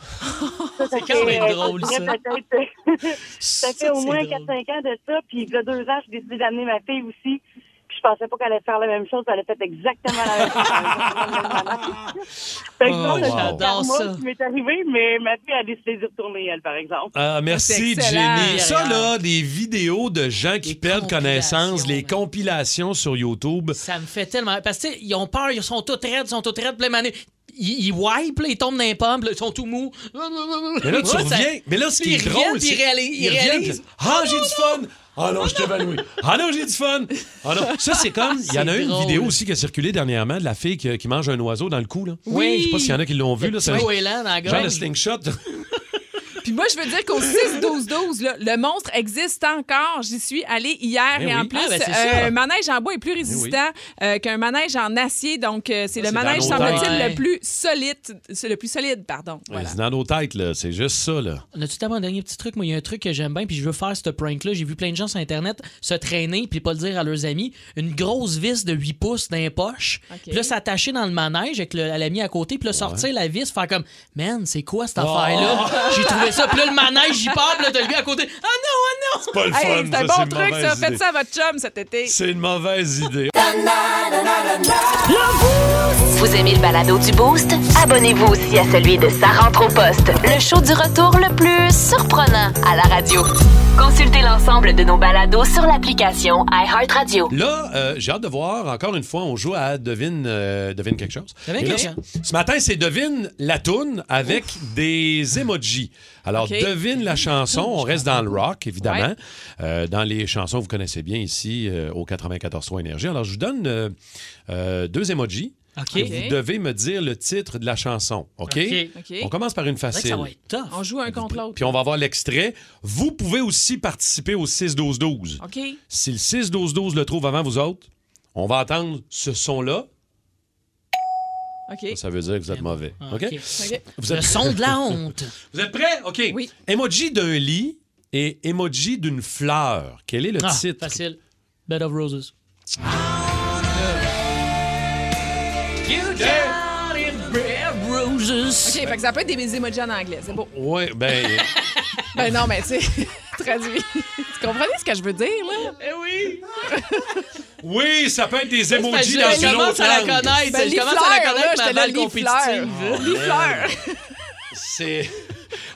S21: C'est
S1: quand même drôle, ça.
S21: euh, ça fait au
S1: c'est
S21: moins
S1: drôle.
S21: 4-5 ans de ça, puis il y a deux ans, j'ai décidé d'amener ma fille aussi. Puis je pensais pas qu'elle allait faire la même chose, puis elle a fait exactement la même chose. Fait que ça, c'est
S3: Oh, wow.
S21: le karma
S3: J'adore ça.
S21: qui m'est arrivé, mais ma fille a décidé d'y retourner, elle, par exemple.
S3: Ah, merci, Jenny. Ça, là, des vidéos de gens qui perdent connaissance, les compilations sur YouTube.
S1: Ça me fait tellement. Parce que, tu sais, ils ont peur, ils sont tous raides, ils sont tous raides, plein manège. ils, ils wipe, là, ils tombent dans les pommes, là, ils sont tout mous.
S3: Mais là, tu
S1: Ouais, ça-
S3: reviens. Mais là, ce qui
S1: Ils
S3: est drôle,
S1: reviennent,
S3: c'est.
S1: puis ils réalis- ils
S3: reviennent,
S1: réalisent.
S3: puis- Ah, j'ai du fun! Ah non, je t'évanouis. Ah non, j'ai du fun! Ah non. Ça, c'est comme. Il y en a
S1: C'est
S3: une
S1: drôle.
S3: vidéo aussi qui a circulé dernièrement de la fille qui, qui mange un oiseau dans le cou. Là.
S1: Oui.
S3: Je sais pas s'il y en a qui l'ont vu. Là,
S1: Le petit goéland dans la
S3: Genre le
S1: gorge.
S3: slingshot.
S7: Puis moi, je veux dire qu'au 6-12-12, là, le monstre existe encore. J'y suis allée hier.
S3: Eh
S7: et
S3: oui.
S7: en plus,
S3: Ah, ben, c'est
S7: euh,
S3: ça.
S7: un manège en bois est plus résistant euh, qu'un manège en acier. Donc, euh, c'est
S3: Ah, c'est
S7: le
S3: dans
S7: manège,
S3: nos têtes.
S7: semble-t-il, le plus solide. C'est le plus solide, pardon. Voilà.
S3: C'est dans nos têtes, là. C'est juste ça, là.
S1: On a-tu tellement un dernier petit truc? Moi, il y a un truc que j'aime bien, puis je veux faire ce prank-là. J'ai vu plein de gens sur Internet se traîner, puis pas le dire à leurs amis. Une grosse vis de 8 pouces d'un poche, puis là, s'attacher dans le manège avec le- à l'ami à côté, puis là, sortir la vis, faire comme Man, c'est quoi cette affaire-là? J'ai trouvé ça, puis là, le manège, j'y pars, puis là, t'as le gars à côté. Ah non, ah non!
S3: C'est pas le
S7: Hey,
S3: fun.
S7: c'est un
S3: ça,
S7: bon
S3: une
S7: truc, ça.
S3: mauvaise
S7: Faites
S3: idée.
S7: ça à votre chum cet été.
S3: C'est une mauvaise idée.
S6: Vous aimez le balado du Boost? Abonnez-vous aussi à celui de Sa rentre au poste, le show du retour le plus surprenant à la radio. Consultez l'ensemble de nos balados sur l'application iHeartRadio.
S3: Là, euh, j'ai hâte de voir. Encore une fois, on joue à Devine, euh, devine quelque chose.
S1: Devine
S3: Et là,
S1: quelque
S3: ce- Ce matin, c'est Devine la toune avec des emojis. Alors,
S1: Ok.
S3: devine la chanson. On reste dans le rock, évidemment. Euh, dans les chansons, vous connaissez bien ici euh, au 94.3 Énergie. Alors, je vous donne euh, euh, deux emojis.
S1: Ok.
S3: Et
S1: Ok.
S3: Vous devez me dire le titre de la chanson. OK?
S1: Ok.
S7: Ok.
S3: On commence par une
S1: C'est vrai que
S3: facile.
S1: ça va être tough.
S7: On joue un contre l'autre.
S3: Puis on va avoir l'extrait. Vous pouvez aussi participer au 6-12-12.
S7: OK.
S3: Si le 6-12-12 le trouve avant vous autres, on va attendre ce son-là.
S7: OK.
S3: Ça veut dire que vous êtes mauvais.
S1: Ah,
S3: OK?
S1: ok.
S7: Ok.
S3: Vous êtes-
S1: Le son de la honte.
S3: Vous êtes prêts? OK. Emoji d'un lit et emoji d'une fleur. Quel est le
S1: Ah,
S3: titre?
S1: Facile. Bed of Roses. Roses.
S7: OK, fait que ça peut être des emojis en anglais. C'est beau.
S3: Oui, ben.
S7: Ben non, mais tu sais, traduit. tu comprenez ce que je veux dire, là?
S1: Eh oui!
S3: oui, ça peut être des emojis
S1: facile.
S3: dans une
S1: Comment
S3: autre
S1: ça la
S3: langue.
S1: connaître?
S7: Ben,
S1: Je
S7: les
S1: commence à
S7: fleurs,
S1: la connaître,
S7: là,
S1: ma
S7: j'étais là,
S1: balle
S7: les fleurs.
S1: compétitive.
S7: Les
S3: man.
S7: fleurs.
S3: C'est.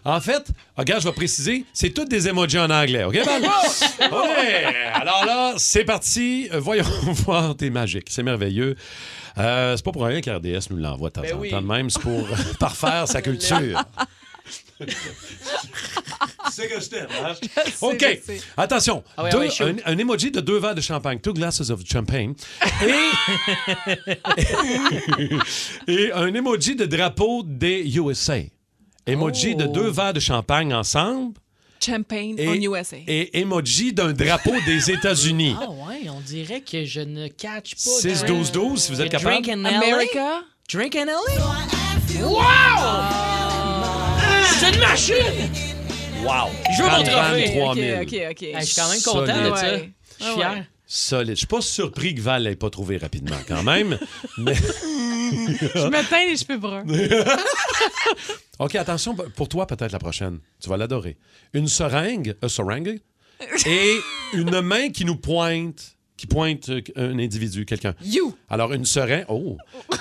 S3: En fait, regarde, je vais préciser, c'est toutes des emojis en anglais, OK, Val? Ouais. Alors là, c'est parti. Euh, Voyons voir, t'es magique. C'est merveilleux. Euh, c'est pas pour rien qu'RDS nous l'envoie de temps
S1: Ben
S3: en
S1: oui.
S3: temps de même. C'est pour euh, parfaire sa culture. c'est que je t'aime, hein? OK.
S17: je sais.
S3: Attention.
S17: Ah ouais,
S3: Deux-
S17: ouais, shoot.
S3: un, un emoji de deux verres de champagne. Two glasses of champagne. Et, et un emoji de drapeau des USA. Emoji de
S1: Oh.
S3: deux verres de champagne ensemble.
S7: Champagne
S3: Et-
S7: on USA.
S3: Et emoji d'un drapeau des États-Unis.
S1: Ah ouais, on dirait que je ne catch pas.
S3: 6-12-12, si vous êtes capable.
S1: Drink and Ellie?
S7: America.
S1: Drink and Ellie? Wow! C'est une machine!
S3: Wow.
S1: Je veux mon
S3: 30,
S1: trophée.
S3: 23 000.
S7: OK, OK, OK.
S1: Ah, je suis quand même content de ça.
S7: Solide.
S1: Je suis
S7: Ah ouais.
S1: fier.
S3: Solide. Je suis pas surpris que Val l'ait pas trouvé rapidement, quand même. mais...
S2: Je me teins les cheveux bruns.
S3: OK, attention, pour toi, peut-être la prochaine. Tu vas l'adorer. Une seringue, euh, seringue, et une main qui nous pointe, qui pointe euh, un individu, quelqu'un.
S7: You.
S3: Alors, une seringue, oh,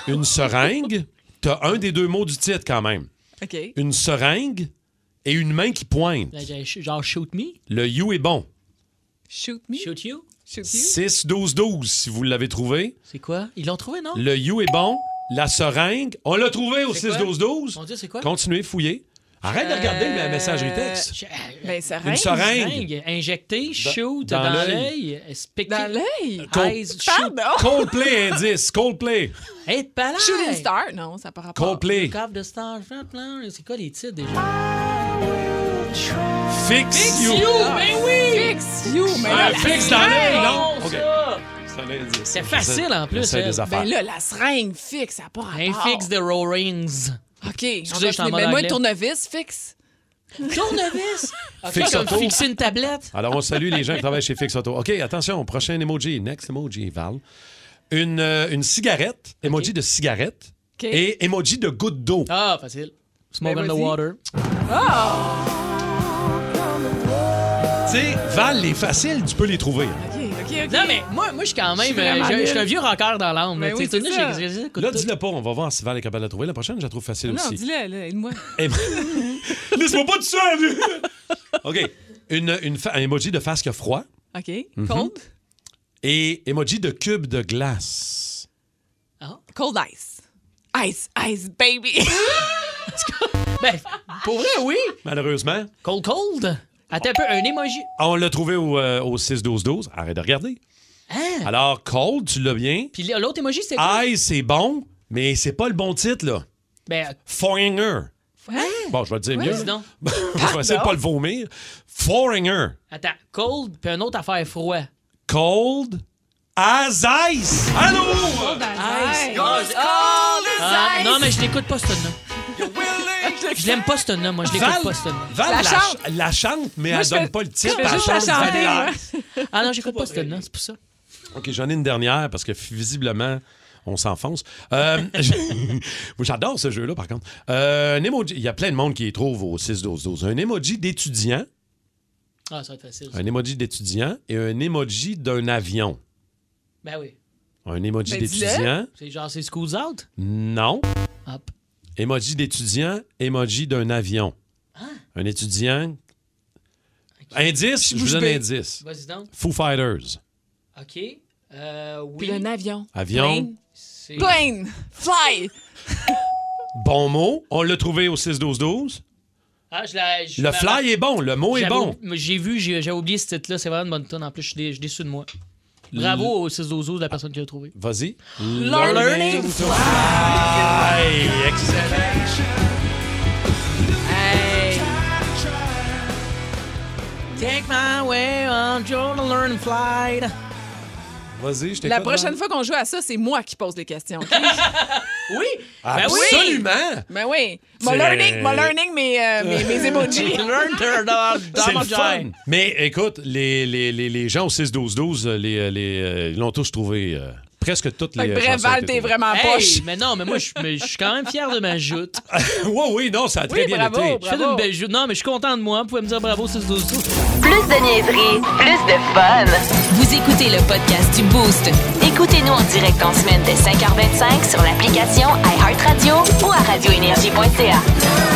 S3: une seringue, t'as un des deux mots du titre quand même.
S7: OK.
S3: Une seringue et une main qui pointe.
S1: Là, j'ai- Genre, shoot me.
S3: Le you est bon.
S7: Shoot me.
S1: Shoot you.
S7: Shoot
S3: 6-12-12, si vous l'avez trouvé.
S1: C'est quoi? Ils l'ont trouvé, non?
S3: Le you est bon. La seringue, on l'a trouvé au
S1: C'est quoi?
S3: 6-12-12.
S1: Mon Dieu, c'est quoi?
S3: Continuez, fouillez. Arrête de regarder
S7: Euh,
S3: la messagerie texte.
S1: euh,
S7: Ben, seringue.
S3: Une seringue.
S1: Injecté, shoot
S3: dans
S1: dans,
S3: l'œil.
S1: l'œil, spicky.
S7: Dans l'œil.
S3: Col-
S1: Eyes, shoot.
S3: Coldplay, indice. Coldplay.
S1: Être pas là.
S7: Shooting star. Non, ça n'a pas rapport.
S3: Coldplay.
S1: Look up the star, plein, plein. C'est quoi les titres déjà?
S3: Fix, you.
S1: mais ben oui!
S7: Fix you. Mais
S3: Ah,
S7: là, la
S3: fixe dans l'œil,
S7: seringue.
S3: non?
S1: bon,
S3: OK.
S1: ça.
S3: C'est un indice.
S1: C'est facile en plus.
S3: J'essaie des
S1: elle.
S3: affaires.
S7: Ben là, la seringue fixe, ça n'a pas rapport.
S1: Un fixe de Roarings.
S7: OK.
S1: Excusez, je suis en
S7: Mais
S2: ben,
S1: mode
S7: moi,
S1: anglais.
S7: tournevis fixe.
S1: Tournevis!
S3: Fixe
S1: Ok, comme
S3: auto.
S1: fixer une tablette.
S3: Alors, on salue les gens qui travaillent chez Fix Auto. OK, attention, prochain emoji. Next emoji, Val. Une, euh, une cigarette, emoji de cigarette
S7: OK.
S3: et emoji de goutte d'eau.
S1: Ah, facile. Smoke
S7: Ben,
S1: on the
S7: vas-y.
S1: water.
S7: Oh!
S3: Tu sais, Val, les faciles, tu peux les trouver. hein.
S7: OK, OK, OK.
S1: Non, mais moi, moi je suis quand
S7: Je
S1: même.
S7: suis
S1: euh,
S7: vraiment
S1: Je je suis
S7: nulle.
S1: un vieux rocker dans l'âme.
S7: Ben
S1: là,
S7: oui,
S1: tu sais,
S7: c'est
S1: tu
S7: ça.
S1: sais, j'ai- j'ai- écoute
S3: Là,
S1: tout.
S3: dis-le pas, on va voir si Val est capable de la trouver. La prochaine, je la trouve facile
S7: Non,
S3: aussi.
S7: dis-le, là, aide-moi.
S3: Eh ben- Laisse-moi pas tout seul! lui. OK. Une, une fa- un emoji de face qui a froid
S7: OK.
S3: Mhm.
S7: Cold.
S3: et emoji de cube de glace.
S1: Ah.
S7: Cold ice.
S2: Ice, ice, baby.
S1: ben, pour vrai, oui.
S3: Malheureusement.
S1: Cold, cold. Attends un peu, un emoji.
S3: Ah, On l'a trouvé au, euh, au 6-12-12. Arrête de regarder.
S1: Hein?
S3: Alors, cold, tu l'as bien.
S1: Puis l'autre emoji, c'est quoi?
S3: Aïe, c'est bon, mais c'est pas le bon titre, là.
S1: Ben,
S3: Foreigner.
S1: hein?
S3: Bon, je vais le dire
S1: Oui,
S3: mieux.
S1: dis donc.
S3: je vais essayer de pas le vomir. Foreigner.
S1: Attends, cold, puis un autre affaire froid.
S3: Cold as ice. Allô?
S1: Ice.
S17: Goes cold as
S1: Ah,
S17: ice.
S1: non, mais je l'écoute pas, ce tune-là. Je l'aime pas, ce tune-là. Moi, je l'écoute
S3: Val-
S1: pas, ce tune-là.
S3: Val la, ch- la chante, mais
S1: Moi,
S3: elle
S1: je
S3: donne
S1: fais-
S3: pas le
S1: je
S3: titre.
S1: fais
S3: elle
S1: juste la
S3: chante
S1: chanter,
S3: Val-
S1: moi. Ah non, j'écoute pas ce tune-là, c'est pour ça.
S3: OK, j'en ai une dernière parce que visiblement, on s'enfonce. Euh, j- J'adore ce jeu-là, par contre. Euh, un emoji, il y a plein de monde qui y trouve au 6-12-12. Un emoji d'étudiant,
S1: Ah, ça va être facile. ça.
S3: un emoji d'étudiant et un emoji d'un avion.
S1: Ben oui.
S3: Un emoji
S1: Ben, dis-le.
S3: d'étudiant,
S1: C'est genre, c'est Schools Out?
S3: non.
S1: Hop.
S3: Emoji d'étudiant, emoji d'un avion.
S1: Ah.
S3: Un étudiant. Indice, je vous
S1: bouche
S3: donne
S1: bée.
S3: indice.
S1: Vas-y donc.
S3: Foo Fighters.
S1: OK. Euh, oui.
S2: Puis un avion.
S3: Avion.
S1: C'est-
S2: Plane. Fly.
S3: Bon mot. On l'a trouvé au 6-12-12.
S1: Ah, je la- je-
S3: Le
S1: ma-
S3: fly est bon, le mot est
S1: j'avais
S3: bon.
S1: ou- J'ai vu, j'ai j'ai oublié ce titre-là. C'est vraiment une bonne tonne. En plus, je suis dé- je suis déçu de moi. Bravo au 6 12 de la personne qui l'a trouvé.
S3: Vas-y.
S1: Learning to
S3: fly. Excellent.
S1: Hey. Take my way on Joe to learn flight.
S3: Vas-y, je t'écoute. hein.
S2: La prochaine fois qu'on joue à ça, c'est moi qui pose les questions. OK?
S1: oui.
S3: Ben oui. Absolument.
S2: Ben oui. Mon
S3: C'est-
S2: learning, mon learning, mes, euh, mes, mes emojis.
S1: Learn to
S3: C'est le fun. Mais écoute, les, les, les, les gens au 6-12-12, euh, les, euh, les, euh, ils l'ont tous trouvé. euh, presque toutes les.
S2: Fait que bref,
S3: chansons ont
S2: Val,
S3: été
S2: t'es
S3: trouvées.
S2: vraiment
S1: Hey,
S2: poche.
S1: mais non, mais moi, je mais je suis quand même fier de ma joute.
S3: Oui, oui, non, ça a très bien été.
S1: Je fais une belle joute. Non, mais je suis content de moi. Vous pouvez me dire bravo 6 12
S6: Plus de niaiserie, plus de fun. Vous écoutez le podcast du Boost. Écoutez-nous en direct en semaine dès 5h25 sur l'application iHeartRadio ou à radioénergie.ca.